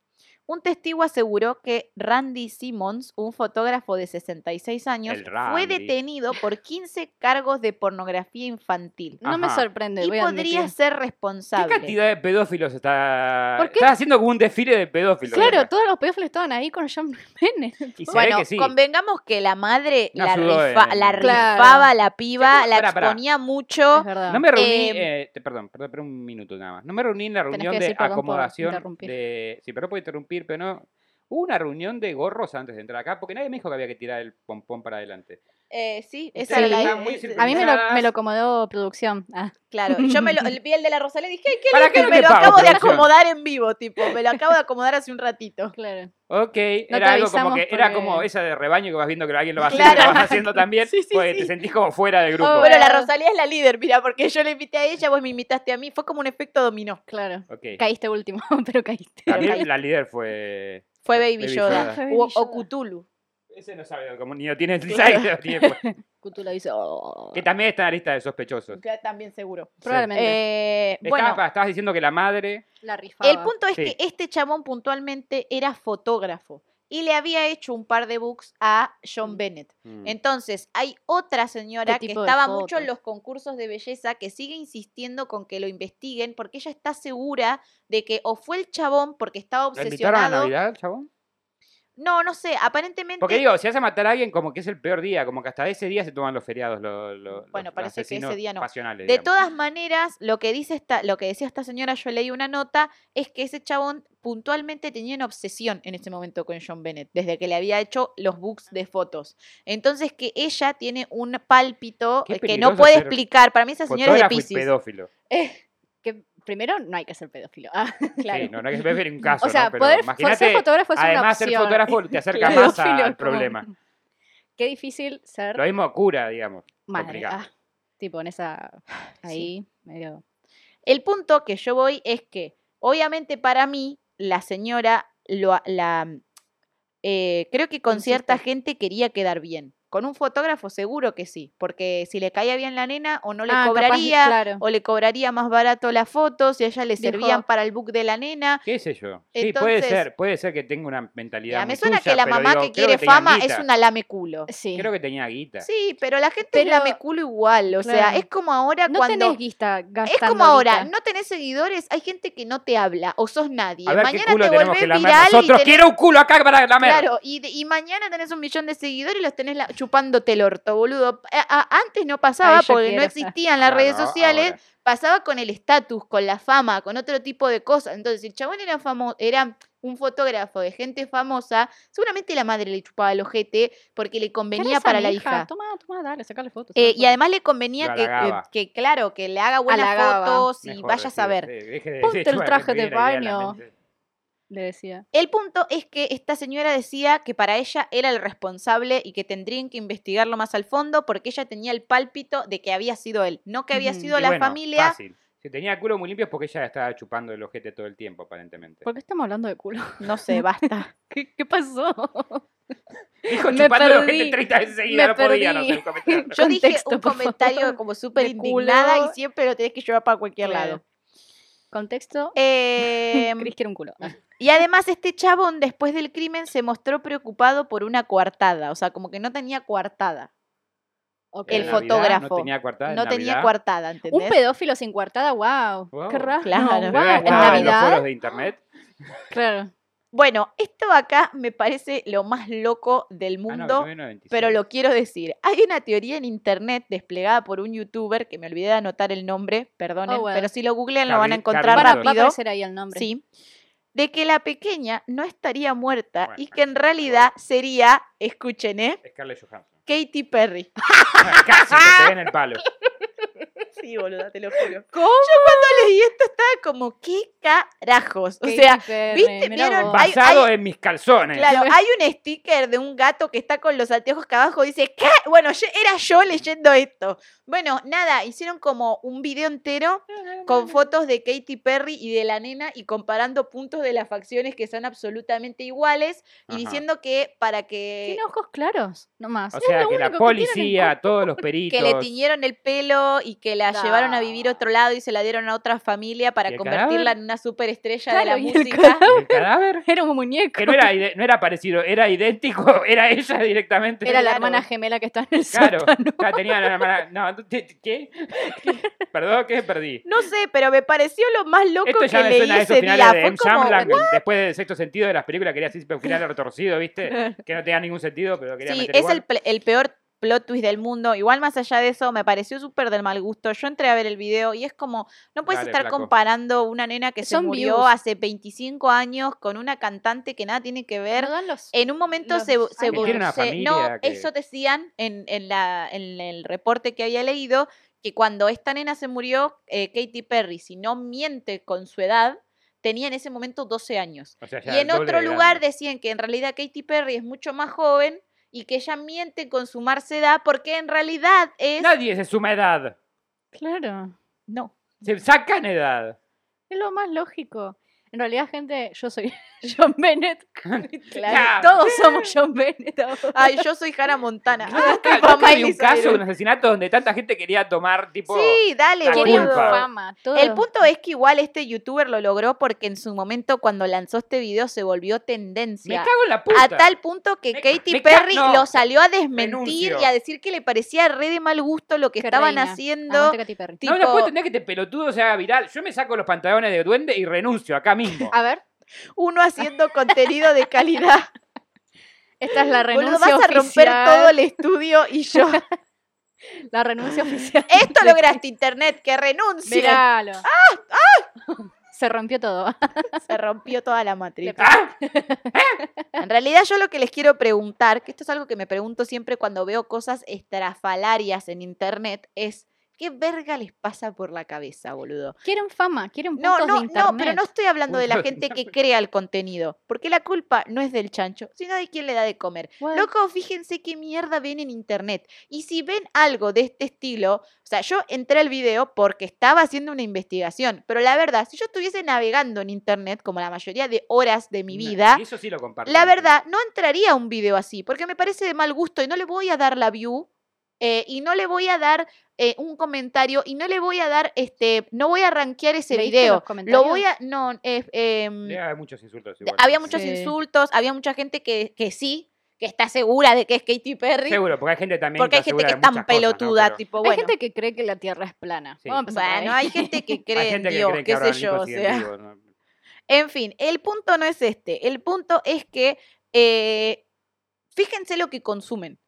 C: Un testigo aseguró que Randy Simmons, un fotógrafo de 66 años,
D: El
C: fue
D: Randy.
C: detenido por 15 cargos de pornografía infantil
E: No me
D: Ajá.
E: sorprende,
C: y
E: voy a admitir.
C: podría ser
D: ¿Qué
C: responsable.
D: cantidad de pedófilos está...?
E: <laughs> ¿Por qué?
D: Está haciendo como un desfile de pedófilos.
E: Claro,
D: acá.
E: todos los pedófilos estaban ahí con John Bennett.
D: Y se
C: Bueno,
D: ve que sí.
C: convengamos que la madre
D: No
C: la,
D: ayudó
C: rifa-
D: en-
C: la
E: Claro.
C: rifaba a la piba, la
D: Pará, pará.
C: exponía mucho.
E: Es verdad.
D: No me reuní,
C: Eh,
D: eh, te- perdón, perdón, pero un minuto nada más. No me reuní en la
E: Tenés que
D: reunión
E: decir
D: de
E: perdón por
D: acomodación
E: interrumpir.
D: de... Sí, pero puedo interrumpir, pero no... Hubo una reunión de gorros antes de entrar acá porque nadie me dijo que había que tirar el pompón para adelante.
C: Eh, sí, esa
D: Ustedes
C: era la
D: están muy
E: <laughs>
C: es-
E: A mí me lo,
D: Pinceladas.
E: me lo acomodó producción. Ah,
C: Claro, yo me
E: <laughs>
C: lo, el- vi el de la Rosalía y dije, "Ay, qué
D: ¿Para
C: lindo,
D: qué no
C: me
D: te
C: lo
D: pago,
C: acabo de
D: producción?
C: acomodar en vivo, tipo, me lo acabo de acomodar hace un ratito.
E: claro.
D: Ok,
E: No te
D: era algo como
E: avisamos
D: que era
E: porque-
D: como esa de rebaño que vas viendo que alguien lo va haciendo,
C: Claro.
D: y lo vas haciendo también,
C: Sí, sí,
D: porque
C: sí.
D: te sentís como fuera del grupo.
E: Oh,
C: Bueno, la
E: Claro.
C: Rosalía es la líder, mira, porque yo le invité a ella, vos me invitaste a mí, fue como un efecto dominó.
E: Claro.
D: Ok.
E: Caíste último, <laughs> pero caíste.
D: También la líder fue.
C: Fue Baby,
D: Baby
C: Yoda,
D: Yoda.
E: Fue
C: O,
E: Baby
C: o
E: Yoda.
C: Cthulhu.
D: Ese no sabe, como ni lo tiene
C: Claro.
D: inside, lo tiene fuera.
E: Cthulhu dice. "Oh".
D: Que también está en la lista de sospechosos.
C: que También seguro.
E: Probablemente.
C: Eh,
D: Estabas-
C: bueno,
D: pa, estabas diciendo que la madre.
E: la rifaba.
C: el
E: <laughs>
C: punto es
D: Sí.
C: que este chabón puntualmente era fotógrafo y le había hecho un par de books a John
E: Mm.
C: Bennett.
D: Mm.
C: Entonces, hay otra señora
D: Este
C: que
E: tipo de
C: estaba mucho en
E: fotos?
C: los concursos de belleza que sigue insistiendo con que lo investiguen porque ella está segura de que o fue el chabón porque estaba
D: ¿La invitaron a
C: obsesionado.
D: Navidad, chabón?
C: No, no sé, aparentemente
D: Porque digo, si vas a matar a alguien, como que es el peor día, como que hasta ese día se toman los feriados. Lo, lo- los-
C: Bueno,
D: los
C: parece que ese
D: asesinos
C: día no.
D: Pasionales,
C: De
D: digamos.
C: todas maneras, lo que dice esta, lo que decía esta señora, yo leí una nota, es que ese chabón puntualmente tenía una obsesión en ese momento con John Bennett, desde que le había hecho los books de fotos. Entonces que ella tiene un pálpito
D: Qué
C: eh, que no
D: peligroso
C: puede
D: ser
C: explicar. Para mí esa señora es de
D: Fotógrafo y
C: Pisces.
D: pedófilo.
E: Que primero no hay que ser pedófilo. Ah, <laughs> claro.
D: Sí, no, no hay que
C: <laughs>
D: ver en un caso.
E: o sea,
D: ¿no? Pero
E: poder
D: imagínate,
E: ser fotógrafo es una
D: Además,
E: opción.
D: ser fotógrafo
C: <laughs>
D: te acerca
E: Claro.
D: más
E: Pedófilo
D: al
E: es como-
D: problema.
E: Qué difícil ser
D: Lo mismo cura, digamos.
E: madre.
D: complicado.
E: ah. tipo en esa. Ahí, medio.
C: El punto que yo voy es que, obviamente para mí, la señora, lo, a- la, mm, eh, creo que con cierta
E: Insiste.
C: gente quería quedar bien. Con un fotógrafo seguro que sí, porque si le caía bien la nena o no le
E: Ah, capaz,
C: cobraría,
E: claro.
C: o le cobraría más barato las fotos, y a ella le
E: Dijo-
C: servían para el book de la nena.
D: ¿Qué sé yo? Sí, puede
C: Entonces-
D: ser, puede ser que tenga una mentalidad.
C: Mira, me
D: muy
C: suena
D: tuya,
C: que la
D: pero
C: mamá
D: digo,
C: que
D: creo
C: quiere
D: tenían
C: fama
D: guita.
C: es una lameculo.
E: Sí.
D: Creo que tenía guita.
C: Sí, pero la gente
E: Pero-
C: es lameculo igual, o sea,
E: Claro.
C: es como ahora
E: no
C: cuando...
E: tenés guista
C: Es
E: gastando.
C: como ahora,
E: guita.
C: no tenés seguidores, hay gente que no te habla o sos nadie.
D: A ver qué
C: mañana
D: culo
C: te
D: tenemos
C: volvés
D: que lamer
C: viral y
D: nosotros.
C: tenés-
D: Quiero un culo acá para lamer.
C: Claro, y, de- y mañana tenés un millón de seguidores y los tenés la- chupándote el orto, boludo. A- a- antes no pasaba
E: Ay, yo
C: porque no
E: quiero.
C: existían las
D: Claro,
C: redes
D: Ah, ahora.
C: sociales, pasaba con el estatus, con la fama, con otro tipo de cosas. Entonces, si el chabón era famoso, era un fotógrafo de gente famosa, seguramente la madre le chupaba el ojete porque le convenía
E: Tenés a
C: para
E: mi
C: la hija.
E: Toma, toma, dale, sacale fotos.
C: Eh,
E: sacale
C: y además le
D: Lo
C: convenía que, eh,
D: halagaba.
C: que, claro, que le haga buenas
E: Halagaba.
C: fotos y
D: Mejor
C: vaya a
D: decir,
C: saber.
D: sí, deje de-
E: Ponte
D: deje
E: el
D: de
E: traje de
D: reprimir la idea en la
E: baño.
D: mente.
E: fotos, le decía.
C: El punto es que esta señora decía que para ella era el responsable y que tendrían que investigarlo más al fondo porque ella tenía el pálpito de que había sido él, no que había
E: Ujú.
C: sido
D: Y
C: la
D: bueno,
C: familia.
D: fácil. Si tenía culo muy limpio es porque ella estaba chupando el ojete todo el tiempo, aparentemente.
E: ¿Por qué estamos hablando de culo?
C: No sé,
E: <laughs>
C: basta.
E: ¿Qué, qué pasó?
D: <laughs> <laughs> Dijo
E: me
D: chupando el
E: perdí,
D: ojete 30 veces seguidas,
E: me
D: no podía no
E: perdí.
D: hacer
E: <laughs>
D: el comentario.
C: Yo dije
E: Contexto,
C: un
E: por
C: comentario
E: favor,
C: como súper
E: de culo.
C: indignada y siempre lo tenés que llevar para cualquier
E: Claro. <laughs>
C: lado.
E: Contexto.
C: Eh,
E: Cris quiere un culo. Ah,
C: y además este chabón después del crimen se mostró preocupado por una coartada, o sea, como que no tenía coartada.
E: ok.
C: el
D: En Navidad
C: fotógrafo.
D: No tenía cuartada. en
C: No tenía
D: Navidad.
C: coartada,
E: Ah, Un
C: ¿entendés?
E: pedófilo sin coartada, wow.
D: Wow.
E: Qué raro.
C: Claro.
E: wow,
C: Debe
D: Debe haber
E: En
D: estado en los
E: Navidad.
D: foros de internet. Ah,
E: Claro.
C: Bueno, esto acá me parece lo más loco del
D: Ah, no,
C: mundo.
D: 1996.
C: Pero lo quiero decir, hay una teoría en internet desplegada por un youtuber que me olvidé de anotar el nombre, perdonen,
E: Oh, bueno.
C: pero si lo googlean lo van a
D: Carli-
C: encontrar
E: Va, a-
D: Carlitos.
E: va a
C: rápido.
E: aparecer ahí el nombre.
C: Sí. De que la pequeña no estaría muerta y
D: Bueno,
C: que en realidad sería, escuchen, ¿eh?
D: Scarlett Johansson.
C: Katy Perry.
D: Ah, Casi que te en el palo.
C: Sí, boluda, te lo juro.
E: ¿Cómo?
C: Cuando leí esto estaba como, ¿qué carajos? O sea,
E: eh,
C: ¿viste? ¿Vieron? Hay-
D: Basado en mis calzones. <laughs>
C: Claro, hay un sticker de un gato que está con los anteojos que abajo dice, ¿qué? Bueno, yo- era yo leyendo esto. Bueno, nada, hicieron como un video entero con fotos de Katy Perry y de la nena y comparando puntos de las facciones que son absolutamente iguales y
D: Ajá.
C: diciendo que para que,
E: Tiene ojos claros, nomás.
D: O
E: Es
D: sea,
E: lo
D: que la
E: único que tienen en
D: policía, todos los peritos.
C: que le tiñeron el pelo y que la
E: No.
C: llevaron a vivir a otro lado y se la dieron a otra familia
D: ¿Y
C: para
D: el
C: convertirla
D: cadáver?
C: en una superestrella
E: Claro,
C: de la
E: y el
C: música.
D: ¿Y ¿El cadáver?
E: <laughs> Era un muñeco.
D: Que no era, ide- no era parecido, era idéntico, <laughs> era ella directamente.
E: Era la
C: Claro. <laughs>
E: hermana gemela que está en el
D: Claro,
E: sótano.
D: claro, tenía la hermana. No, ¿qué? ¿Qué? Perdón, ¿qué perdí?
C: No sé, pero me pareció lo más loco
D: Esto
C: que
D: ya me
C: leí
D: suena a esos
C: ese
D: finales
C: día.
D: de
C: Fue
D: M.
C: como,
D: Shyamalan, que después del sexto sentido de las películas quería hacer
C: <laughs>
D: un final retorcido, ¿viste? Que no tenía ningún sentido, pero quería
C: Sí,
D: meter
C: es
D: igual.
C: el, ple- el peor plot twist del mundo. Igual más allá de eso, me pareció súper del mal gusto. Yo entré a ver el video y es como, no puedes
D: Dale,
C: estar
D: flaco.
C: comparando una nena que se
E: Son
C: murió
E: views.
C: hace 25 años con una cantante que nada tiene que ver. eh,
E: No dan los-
C: En un momento se,
E: Los
C: se,
E: años.
D: Que tiene una
C: se- no,
D: familia que-
C: eso decían en, en la, en el reporte que había leído, que cuando esta nena se murió, eh, Katy Perry, si no miente con su edad, tenía en ese momento 12 años.
D: O sea, ya
C: Y en
D: el doble
C: otro
D: de
C: lugar
D: grande.
C: decían que en realidad Katy Perry es mucho más joven y que ella miente con sumarse edad porque en realidad es...
D: Nadie se suma edad.
E: Claro.
C: No.
D: Se sacan edad.
E: Es lo más lógico. En realidad, gente, yo soy <laughs> John
C: <laughs>
E: Bennett.
D: Ya.
E: Todos somos John Bennett. ahora.
C: Ay, yo soy Hannah
D: <laughs>
C: Montana.
D: Nunca-
C: Estoy
D: nunca
C: con
D: vi
C: Miley
D: un caso de
C: Cyrus.
D: un asesinato donde tanta gente quería tomar, tipo.
C: Sí, dale,
D: la
E: Querían
D: culpa.
C: boludo.
E: fama. Todo.
C: El punto es que igual este youtuber lo logró porque en su momento cuando lanzó este video se volvió
D: Me
C: tendencia.
D: cago en la puta.
C: A tal punto que
D: Me ca-
C: Katy
D: me ca-
C: Perry
D: no.
C: lo salió a desmentir
D: Renuncio.
C: y a decir que le parecía re de mal gusto lo que
E: Qué
C: estaban
E: reina.
C: haciendo.
E: Aguante Katy Perry.
C: tipo-
D: No, no puedo entender que este pelotudo se haga viral. Yo me saco los pantalones de duende y renuncio acá mismo.
E: A ver,
C: Uno haciendo contenido de calidad.
E: esta es la renuncia
C: Boludo, vas a romper
E: oficial.
C: todo el estudio
E: <laughs>
C: y yo. <laughs>
E: La renuncia oficial.
C: Esto lograste internet, que renuncie.
E: Míralo.
C: Ah,
E: Se rompió todo. <laughs>
C: Se rompió toda la matriz.
D: ¡Ah!
C: <laughs> En realidad yo lo que les quiero preguntar, que esto es algo que me pregunto siempre cuando veo cosas estrafalarias en internet, es ¿qué verga les pasa por la cabeza, boludo?
E: Quieren fama, quieren puntos
C: No,
E: de
C: no,
E: internet.
C: no, pero no estoy hablando de la
D: Puntos de
C: gente que crea el contenido, porque la culpa no es del chancho, sino de quien le da de comer.
E: Bueno,
C: Loco, fíjense qué mierda ven en internet. Y si ven algo de este estilo, o sea, yo entré al video porque estaba haciendo una investigación, pero la verdad, si yo estuviese navegando en internet, como la mayoría de horas de mi vida,
D: Y eso sí lo comparto.
C: la verdad, no entraría a un video así, porque me parece de mal gusto y no le voy a dar la view. eh, y no le voy a dar eh, un comentario y no le voy a dar este no voy a rankear
E: ¿Leíste
C: ese
E: los
C: video lo
E: comentarios?
C: voy a no eh, em,
D: Debe haber muchos insultos.
C: de-
D: Igual.
C: había muchos
E: Sí.
C: insultos, había mucha gente que, que sí, que está segura de que es Katy Perry.
D: Seguro, porque hay gente también.
C: porque hay gente que es tan pelotuda, tipo,
E: Hay
C: bueno.
E: gente que cree que la Tierra es plana.
D: Sí.
E: Vamos a empezar ¿eh? por
C: bueno,
E: ahí. <laughs>
C: hay gente que cree en Dios,
D: cree
C: qué sé
D: habrán
C: yo.
D: hijos
C: o
D: y
C: sea.
D: en vivo, ¿no?
C: En fin, el punto no es este. El punto es que eh, fíjense lo que consumen.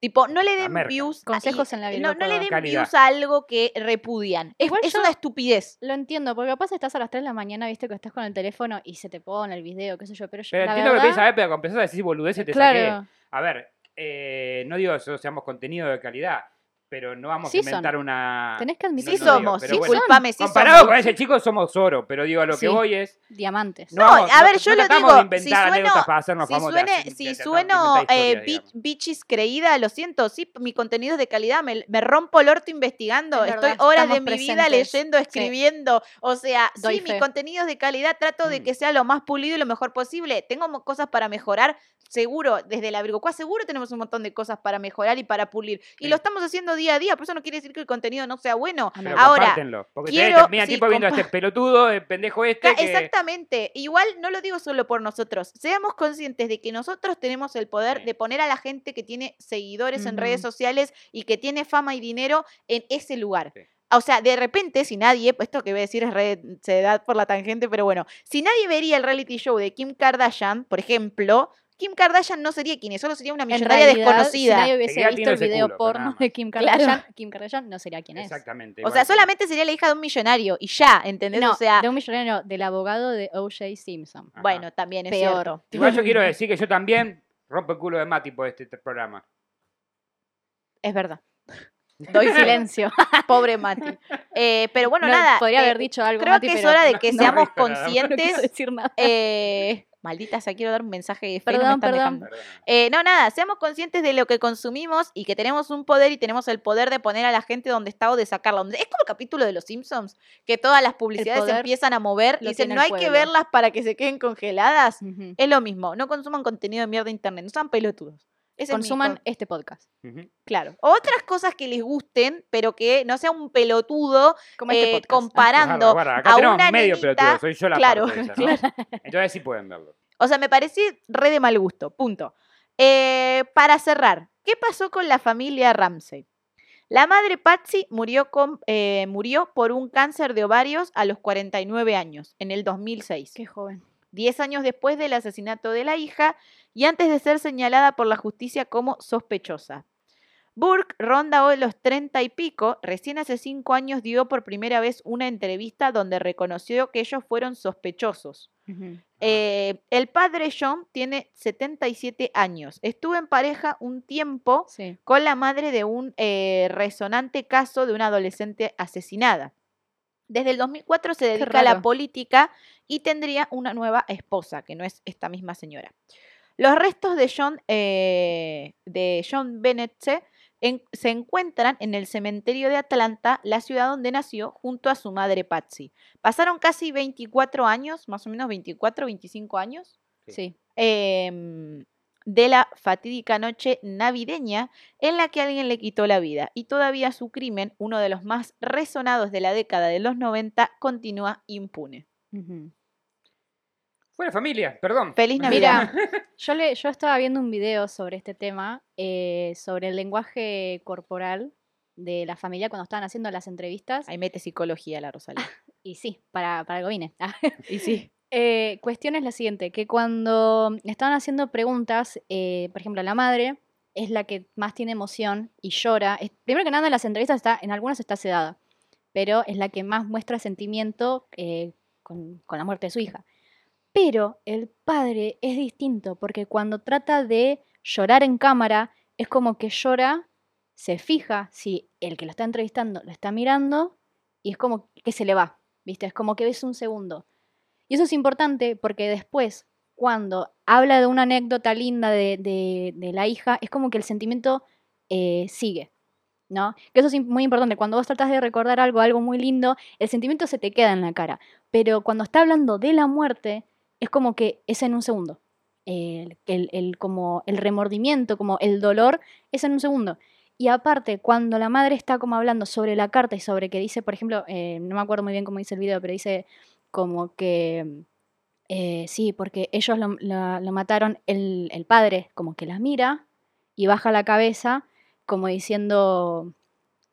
C: Tipo, no le
D: La
C: den
D: merca.
C: views. a-
E: Consejos en la vida.
C: no, no le den
D: Calidad.
C: views a algo que repudian. Es,
E: Igual
C: es
E: yo-
C: una estupidez.
E: Lo entiendo, porque capaz estás a las 3 de la mañana, viste que estás con el teléfono y se te pone el video, qué sé yo, pero yo
D: Pero
E: la
D: entiendo lo que
E: verdad,
D: te dice, a ver, pero cuando empezás a decir boludeces te saqué.
E: Claro,
D: A ver, eh, no digo eso, seamos contenido de calidad, pero no vamos
E: Sí
D: a
E: son.
D: inventar una.
C: Ah,
E: tenés que
D: No,
E: admitir
C: Sí
D: no digo,
C: somos,
D: pero
C: sí,
D: bueno.
C: culpame, sí
D: Comparado
C: somos.
D: con ese chico, somos oro, pero digo, a lo
E: Sí.
D: que voy es.
E: diamantes.
C: No, a ver, yo lo
D: tratamos
C: digo,
D: De
C: si
D: inventar
C: sueno-
D: anécdotas para hacernos
C: Si,
D: famosos.
C: suene-
D: así,
C: si
D: de- de-
C: sueno
D: inventar
C: eh,
D: historias,
C: bi-
D: digamos.
C: bichis creída, lo siento, sí, mi contenido es de calidad, me, me rompo el orto investigando,
E: Es
C: estoy
E: verdad,
C: horas de mi
E: estamos
C: vida
E: presentes,
C: leyendo, escribiendo, o sea,
E: Doy
C: sí, mi
E: fe.
C: contenido es de calidad, trato de
D: Mm.
C: que sea lo más pulido y lo mejor posible, tengo mo- cosas para mejorar, seguro, desde la Virgocua seguro tenemos un montón de cosas para mejorar y para pulir, y
D: Sí.
C: lo estamos haciendo día a día, por eso no quiere decir que el contenido no sea bueno.
E: Ah, no.
D: Pero
C: Ahora,
D: compártenlo, Porque ustedes
C: quiero-
D: terminan
C: sí,
D: tipo viendo a este pelotudo, el pendejo este.
C: Ca-
D: que-
C: Exactamente. Igual no lo digo solo por nosotros. Seamos conscientes de que nosotros tenemos el poder
D: Sí.
C: de poner a la gente que tiene seguidores en
E: Ujú.
C: redes sociales y que tiene fama y dinero en ese lugar.
D: Sí.
C: O sea, de repente, si nadie, esto que voy a decir es re- se da por la tangente, pero bueno, si nadie vería el reality show de Kim Kardashian, por ejemplo, Kim Kardashian no sería quien es, solo sería una
E: En
C: millonaria
E: realidad,
C: desconocida.
E: Si nadie hubiese
D: Seguirá
E: visto
D: teniendo
E: el
D: ese
E: video
D: culo, pero nada
E: porno
D: más.
E: de Kim
C: Claro.
E: Kardashian, Kim Kardashian no sería quien es.
D: Exactamente.
C: O
D: igual
C: sea,
D: que-
C: solamente sería la hija de un millonario y ya, ¿entendés?
E: No,
C: o sea,
E: de un millonario, no, del abogado de O.J. Simpson.
D: Ajá.
C: bueno, también es
E: Peor.
C: cierto.
D: Igual
C: <laughs>
D: yo quiero decir que yo también rompo el culo de Mati por este t- programa.
C: Es verdad. <laughs>
E: Doy silencio.
C: Pobre Mati. Eh, pero bueno,
E: No,
C: nada.
E: Podría
C: eh,
E: haber dicho algo,
C: Creo
E: Mati,
C: que es
E: pero
C: hora de
E: no-
C: que
E: no,
D: sea-
C: seamos
D: no quiero
E: no quiero
C: conscientes.
E: decir nada.
C: eh, maldita sea, quiero dar un mensaje de fe, no me
E: Perdón,
C: están
E: perdón.
C: dejando.
D: Perdona.
C: Eh, no, nada, seamos conscientes de lo que consumimos y que tenemos un poder y tenemos el poder de poner a la gente donde está o de sacarla. donde- Es como el capítulo de los Simpsons, que todas las publicidades se
E: poder
C: empiezan a mover y
E: lo
C: dicen,
E: tiene
C: no
E: el
C: hay que
E: pueblo".
C: verlas para que se queden congeladas.
E: Ujú.
C: Es lo mismo, no consuman contenido de mierda de internet, no sean pelotudos. Ese es mi
E: consuman
C: top.
E: este podcast.
D: Ujú.
E: Claro.
C: Otras cosas que les gusten, pero que no sea un pelotudo
E: Como
C: eh,
E: este podcast.
C: comparando
D: Bárbaro, bárbaro.
C: a
D: Acá tenemos
C: una
D: medio
C: nenita-
D: pelotudo, soy yo la
C: claro,
D: parte esa, ¿no? Entonces sí pueden verlo.
C: O sea, me parece re de mal gusto. Punto. Eh, para cerrar, ¿qué pasó con la familia Ramsey? La madre Patsy murió, con- eh, murió por un cáncer de ovarios a los 49 años, en el 2006.
E: Ah, Qué joven.
C: Diez años después del asesinato de la hija y antes de ser señalada por la justicia como sospechosa. Burke ronda hoy los treinta y pico, recién hace cinco años dio por primera vez una entrevista donde reconoció que ellos fueron sospechosos.
E: Ah.
C: Eh, el padre John tiene 77 años. Estuvo en pareja un tiempo
E: Sí.
C: con la madre de un eh, resonante caso de una adolescente asesinada. Desde el 2004 se dedica a la
E: raro.
C: política y tendría una nueva esposa, que no es esta misma señora. Los restos de John, eh, de John Bennett se en- se encuentran en el cementerio de Atlanta, la ciudad donde nació, junto a su madre Patsy. Pasaron casi 24 años, más o menos 24, 25 años,
D: Sí.
E: Sí.
C: em, de la fatídica noche navideña en la que alguien le quitó la vida. Y todavía su crimen, uno de los más resonados de la década de los 90, continúa impune.
E: Ujú.
D: Fuera familia, perdón.
C: Feliz Navidad.
E: Mira, <laughs> yo, le, yo estaba viendo un video sobre este tema, eh, sobre el lenguaje corporal de la familia cuando estaban haciendo las entrevistas.
C: Ahí mete psicología la Rosalía.
E: Y sí, para, para algo vine. Ah.
C: <laughs> Y <laughs> sí.
E: Eh, cuestión es la siguiente, que cuando están haciendo preguntas, eh, por ejemplo, la madre es la que más tiene emoción y llora. Es- primero que nada, en las entrevistas está, en algunas está sedada, pero es la que más muestra sentimiento eh, con, con la muerte de su hija. Pero el padre es distinto, porque cuando trata de llorar en cámara, es como que llora, se fija si el que lo está entrevistando lo está mirando y es como que se le va, ¿viste? Es como que ves un segundo. Y eso es importante porque después, cuando habla de una anécdota linda de, de- de la hija, es como que el sentimiento eh, sigue, ¿no? Que eso es im- muy importante. Cuando vos tratás de recordar algo, algo muy lindo, el sentimiento se te queda en la cara. Pero cuando está hablando de la muerte, es como que es en un segundo. El, el- el- como el remordimiento, como el dolor, es en un segundo. Y aparte, cuando la madre está como hablando sobre la carta y sobre que dice, por ejemplo, eh, no me acuerdo muy bien cómo dice el video, pero dice, como que eh, sí, porque ellos lo, la- lo mataron, el, el padre como que las mira y baja la cabeza como diciendo,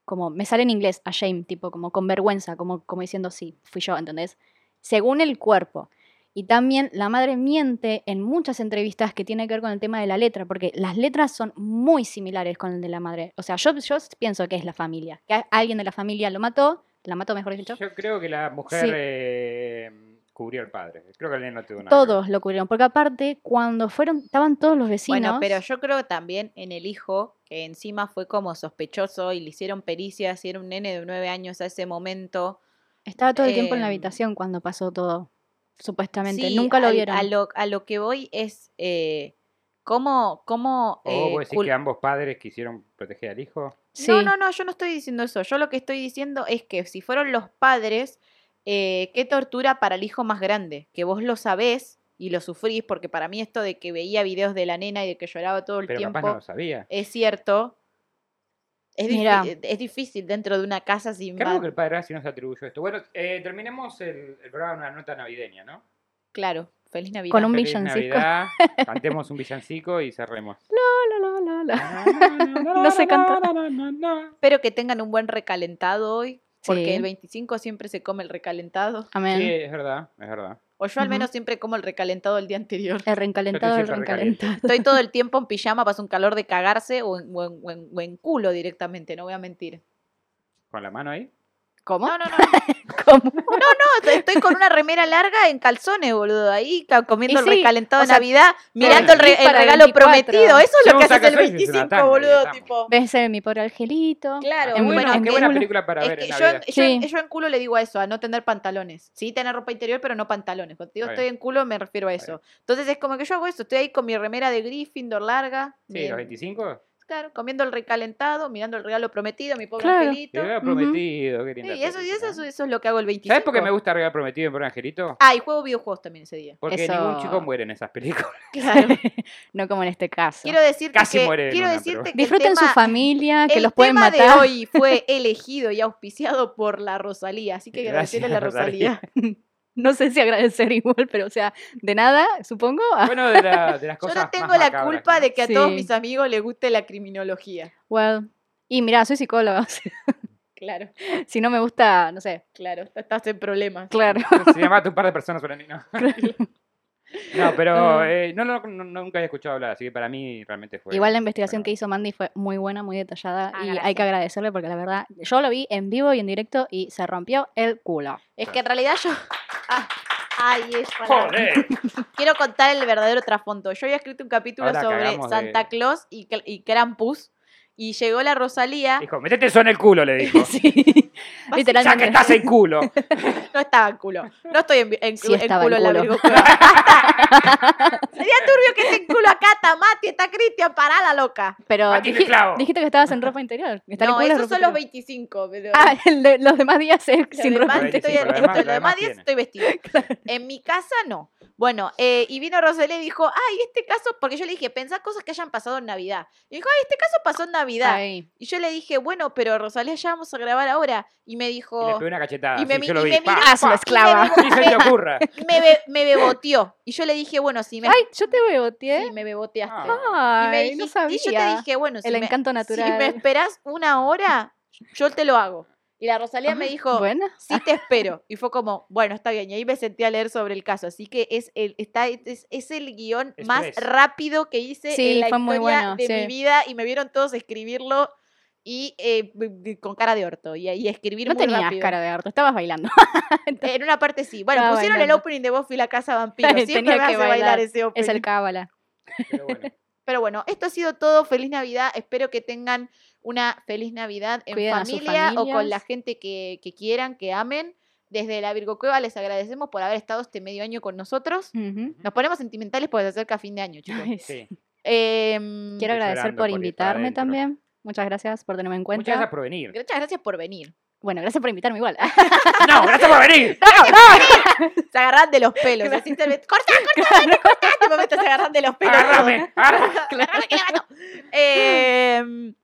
E: como me sale en inglés, a shame, tipo como con vergüenza, como, como diciendo sí, fui yo, ¿entendés? Según el cuerpo. Y también la madre miente en muchas entrevistas que tiene que ver con el tema de la letra, porque las letras son muy similares con el de la madre. O sea, yo, yo pienso que es la familia, que a- alguien de la familia lo mató, la mató mejor dicho.
D: Yo creo que la mujer
E: Sí.
D: eh, cubrió al padre. Creo que el nene no tuvo nada. que ver.
E: Todos lo cubrieron, porque aparte, cuando fueron, estaban todos los vecinos.
C: Bueno, pero yo creo también en el hijo, que encima fue como sospechoso y le hicieron pericias y era un nene de nueve años a ese momento.
E: Estaba todo el tiempo en la
C: em,
E: habitación cuando pasó todo, supuestamente.
C: Sí,
E: Nunca lo
C: al-
E: vieron.
C: A lo, a lo que voy es eh, cómo, cómo
D: O
C: eh,
D: Oh, vos decís
C: cul-
D: que ambos padres quisieron proteger al hijo.
E: Sí.
C: No, no, no, yo no estoy diciendo eso. Yo lo que estoy diciendo es que si fueron los padres, eh, qué tortura para el hijo más grande, que vos lo sabés y lo sufrís, porque para mí esto de que veía videos de la nena y de que lloraba todo el
D: Pero
C: tiempo
D: capaz no lo sabía.
C: es cierto. Es, difi- eh,
E: Mirá.
C: es difícil dentro de una casa sin
D: Qué raro
C: ma-
D: que el padre así nos atribuyó esto. Bueno, eh, terminemos el, el programa en una nota navideña, ¿no?
C: Claro, feliz Navidad.
E: Con un
D: Feliz
E: villancico. <laughs>
D: Navidad, cantemos un villancico y cerremos.
E: La, la, la, la. <laughs> No sé cantar.
C: Espero que tengan un buen recalentado hoy, porque
E: Sí.
C: el 25 siempre se come el recalentado.
E: Amén.
D: Sí, es verdad, es verdad.
C: O yo al
E: Ujú.
C: menos siempre como el recalentado el día anterior.
E: El reencalentado, el
D: siempre recaliente.
C: <laughs>
E: reencalentado.
C: Estoy todo el tiempo en pijama, pasa un calor de cagarse o en, o en- o en- o en culo directamente, no voy a mentir.
D: ¿Con la mano ahí?
E: ¿Cómo?
C: No, no, no, no,
E: <laughs> ¿Cómo?
C: estoy con una remera larga en calzones, boludo, ahí ca- comiendo
E: Y
C: el
E: sí,
C: recalentado
E: o
C: de
E: sea,
C: Navidad, mirando el, re- el
E: para el
C: regalo
E: 24.
C: prometido. Eso es lo
D: Llevamos
C: que haces
D: acá
C: el
D: seis meses de
C: 25,
D: Natal,
C: boludo,
D: estamos.
C: tipo.
E: ¿Ves eh, mi pobre angelito?
C: Claro,
D: Ah, Qué,
E: muy
D: bueno,
E: buena
D: qué buena película para
C: Es
D: ver
C: que
D: en
C: yo,
D: Navidad.
C: en- yo en-
E: Sí.
C: yo en culo le digo a eso, a no tener pantalones. Sí, tener ropa interior, pero no pantalones. Cuando digo
D: Está
C: estoy en culo, me refiero a
D: Está
C: eso. Entonces es como que yo hago eso, estoy ahí con mi remera de Gryffindor larga.
D: Sí,
C: bien.
D: los 25.
C: Claro, comiendo el recalentado, mirando el regalo prometido, mi pobre
E: Claro.
C: angelito.
D: Te veo
E: Ujú.
D: prometido, qué
C: Sí,
D: linda
C: y eso, y eso,
D: película.
C: eso, es lo que hago el 25.
D: ¿Sabes por qué me gusta Regal Prometido en Pobre Angelito?
C: Ah, y juego videojuegos también ese día.
D: Porque
E: Eso-
D: ningún chico muere en esas películas. <laughs>
E: <laughs> no como en este caso.
C: Quiero decirte
D: Casi
C: que,
D: muere en
C: quiero
D: una,
C: decirte
D: pero-
C: que
E: Disfruten
C: el
E: su
C: tema,
E: familia, que
C: el
E: los pueden
C: tema
E: matar.
C: de hoy fue <laughs> elegido y auspiciado por la Rosalía, así que
D: Gracias,
C: agradecerle a la Rosalía.
E: <laughs>
D: <laughs>
E: No sé si agradecer <laughs> igual, pero o sea, de nada, supongo. Ah,
D: Bueno, de, la- de las
C: Yo
D: cosas
C: no tengo
D: más
C: la
D: macabras,
C: culpa
D: ¿no?
C: de que a todos
E: Sí.
C: mis amigos les guste la criminología.
E: well. Y mira, soy psicóloga. <laughs> o sea,
C: Claro,
E: si no me gusta, no sé.
C: claro, estás en problemas.
E: Claro.
D: <laughs> Se llama un par de personas
C: <laughs>
D: por ahí, ¿no? <laughs> No, pero
E: Ah.
D: eh, no, no, no- nunca había escuchado hablar, así que para mí realmente fue.
E: Igual la investigación que
D: Pues,
E: hizo
D: bueno.
E: Mandy fue muy buena, muy detallada.
C: Ah,
E: y hay
C: gracias.
E: que agradecerle porque la verdad, yo lo vi en vivo y en directo y se rompió el culo.
C: Es que en realidad yo. Ah, ay, es para- <laughs>
D: ¡Joder!
C: Quiero contar el verdadero trasfondo. Yo había escrito un capítulo
D: Ahora
C: sobre
D: cagamos de-
C: Santa Claus y, Cl- y Krampus. Y llegó la Rosalía.
D: Dijo, metete eso en el culo, le dijo.
E: <laughs> Sí.
D: Ya que
E: Literalmente.
D: estás en culo.
C: <laughs> No estaba en culo. No estoy en, en-
E: Sí
C: en
E: estaba
C: culo
E: en
C: en la
E: culo.
C: virgocueva. Basta. <laughs> Sería turbio que esté en culo acá. Está Mati, está Cristian, pará la loca.
E: Pero
D: Mati,
E: dij-
D: esclavo.
E: dijiste que estabas en ropa interior. Estar en
C: no,
E: culo es
C: esos
E: ropa
C: son los
E: interior.
C: 25. Pero
E: Ah, el de- los demás días es
C: Los
E: <laughs> sin ropa
C: demás,
D: ropa.
E: interior.
C: estoy,
D: 25,
C: en-
D: lo demás-
C: estoy-
D: lo
C: los demás
D: demás
C: días
D: tiene.
C: estoy
E: <laughs>
C: vestida. En mi casa no. Bueno, eh, y vino Rosalía y dijo, ay, este caso, porque yo le dije, pensá cosas que hayan pasado en Navidad. Y dijo, ay, este caso pasó en Navidad.
E: Ay,
C: Y yo le dije, bueno, pero Rosalía, ya vamos a grabar ahora. Y me
D: Y le
C: dijo,
D: pegué una cachetada.
C: Y me
D: así,
C: mi-
D: yo lo
C: y
D: vi.
C: me
D: pa,
C: miró-
E: Ah, es una
D: pa.
E: esclava.
D: Ni se
C: <laughs>
D: te ocurra.
C: me, be- me beboteó. Y yo le dije, bueno, si me,
E: Ay, yo te veo, tía.
C: sí, me beboteaste.
D: Ah.
C: Y, me
E: Ay, no
C: dijiste-
E: sabía.
C: y yo te dije, bueno, si
E: el
C: me,
E: encanto
C: si
E: natural.
C: me esperás una hora, yo te lo hago. Y la Rosalía me dijo,
E: Ah, Bueno,
C: sí te espero. Y fue como, bueno, está bien. Y ahí me senté a leer sobre el caso. Así que es el, está, es, es el guión más
D: Express.
C: rápido que hice en
E: Sí,
C: la
E: fue muy
C: historia
E: bueno,
C: de mi
E: sí.
C: vida. Y me vieron todos escribirlo y eh, b- b- con cara de orto. Y, y escribir
E: no
C: muy
E: tenías
C: rápido.
E: cara de harto, estabas
C: <laughs>
E: bailando.
C: En una parte sí. Bueno,
E: Estaba
C: pusieron el
E: bailando.
C: opening de Buffy
E: <laughs>
C: la casa vampiro.
E: Ah, Tenía
C: Siempre me
E: que
C: hace bailar,
E: bailar.
C: ese opening.
E: es el cábala.
D: Pero bueno.
C: <laughs> Pero bueno, esto ha sido todo. Feliz Navidad. Espero que tengan una feliz Navidad en
E: Cuiden a sus
C: familia o con la
E: familias.
C: gente que, que quieran, que amen. Desde la Virgo Cueva les agradecemos por haber estado este medio año con nosotros.
E: Ujú.
C: Nos ponemos sentimentales porque se acerca fin de año, chicos.
E: Mm. Ay, sí.
D: Sí.
C: Em,
E: Quiero
D: Estoy
E: agradecer
D: llorando
E: por
D: por ir para
E: invitarme
D: adentro.
E: también. Muchas gracias por tenerme en cuenta.
D: Muchas gracias por venir.
C: Muchas gracias por venir.
E: Bueno, gracias por invitarme igual.
D: No, gracias por
C: <laughs>
D: venir.
C: Se agarran de los pelos.
E: Claro.
C: así
E: <laughs>
C: se ve- ¡Cortá, cortá, vení, cortá! En este momento se agarran de los pelos.
D: Agárrame.
C: <laughs>
D: agárrame.
C: Agarrame que la mato. Em,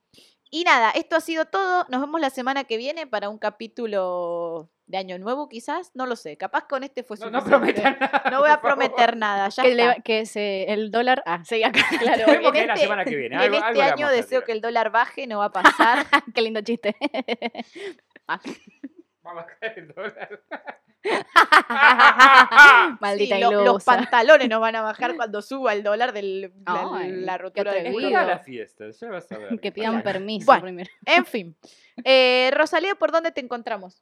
C: y nada, esto ha sido todo. Nos vemos la semana que viene para un capítulo de Año Nuevo, quizás. No lo sé. Capaz con este fue
D: No,
C: suficiente.
D: no prometan nada.
C: No voy a
D: por favor.
C: prometer nada. Ya
E: que, le-
C: está.
E: que se- el dólar. Ah, sí, acá. <laughs>
C: Claro,
D: Esperemos
C: en
D: que la
C: este-
D: semana que viene.
C: en
D: Algo-
C: este
D: algo le vamos
C: año
D: a
C: deseo
D: tirar.
C: que el dólar baje, no va a <laughs> pasar.
E: Qué lindo chiste. <laughs>
D: Vamos a caer
C: <laughs>
D: el dólar.
E: Maldita
C: Sí, lo- los
E: ilusa.
C: pantalones nos van a bajar cuando suba el dólar de la,
E: Ay,
C: la
E: qué
C: rotura del
E: atrevido.
C: culo.
D: Espera la fiesta, ya vas a ver.
E: Que pidan permiso
C: Bueno.
E: primero.
C: En fin. Eh, Rosalía, ¿por dónde te encontramos?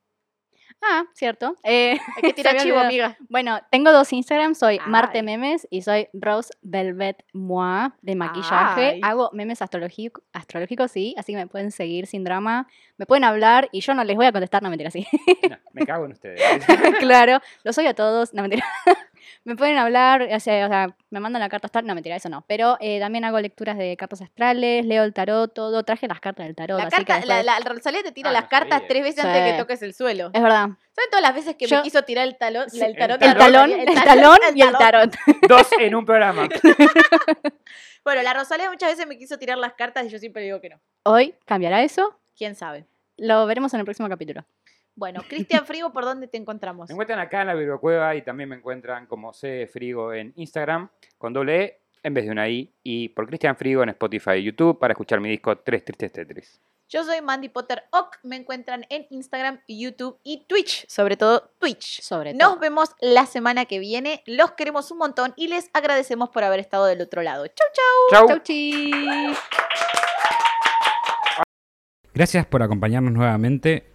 E: Ah, cierto. Eh, <laughs>
C: Hay <laughs> que tirar
E: había
C: chivo,
E: olvidado.
C: amiga.
E: bueno, tengo dos Instagram. Soy Marte
C: Ay.
E: Memes y soy Rose Velvet Moi de maquillaje.
C: Ay.
E: Hago memes astrologic- astrológicos, sí. Así que me pueden seguir sin drama. Me pueden hablar y yo no les voy a contestar, no mentira, sí.
D: No, me cago en ustedes. <laughs>
E: <laughs> claro, los odio a todos, no mentira. <laughs> me pueden hablar, o sea, o sea, me mandan la carta astral, no mentira, eso no. Pero eh, también hago lecturas de cartas astrales, leo el tarot, todo, traje las cartas del tarot.
C: La,
E: así que
C: carta, la,
E: después-
C: la- la Rosalía te tira
D: Ah,
C: las
D: no
C: cartas
D: sabía.
C: tres veces antes de que
E: Sí.
C: toques el suelo.
E: Es verdad.
C: ¿Saben todas las veces que me
E: Yo-
C: quiso tirar el talón? la- el, tarot
E: El
C: de la
E: talón,
C: Rosalía?
E: el talón y el
C: talón.
E: tarot.
D: Dos en un programa.
C: Bueno, la Rosalía muchas veces me quiso tirar las cartas y yo siempre digo que no.
E: Hoy cambiará eso.
C: ¿Quién sabe?
E: Lo veremos en el próximo capítulo. <laughs>
C: Bueno, Cristian Frigo, ¿por dónde te encontramos?
D: Me encuentran acá en la Virgocueva y también me encuentran como C Frigo en Instagram, con doble E en vez de una I, y por Cristian Frigo en Spotify y YouTube para escuchar mi disco Tres Tristes Tetris.
C: Yo soy Mandy Potter Ock. Me encuentran en Instagram, YouTube y Twitch. Sobre todo Twitch.
E: Sobre todo.
C: Nos vemos la semana que viene. Los queremos un montón y les agradecemos por haber estado del otro lado. Chau, chau.
D: ¡Chau!
E: Chau, chis.
A: Gracias por acompañarnos nuevamente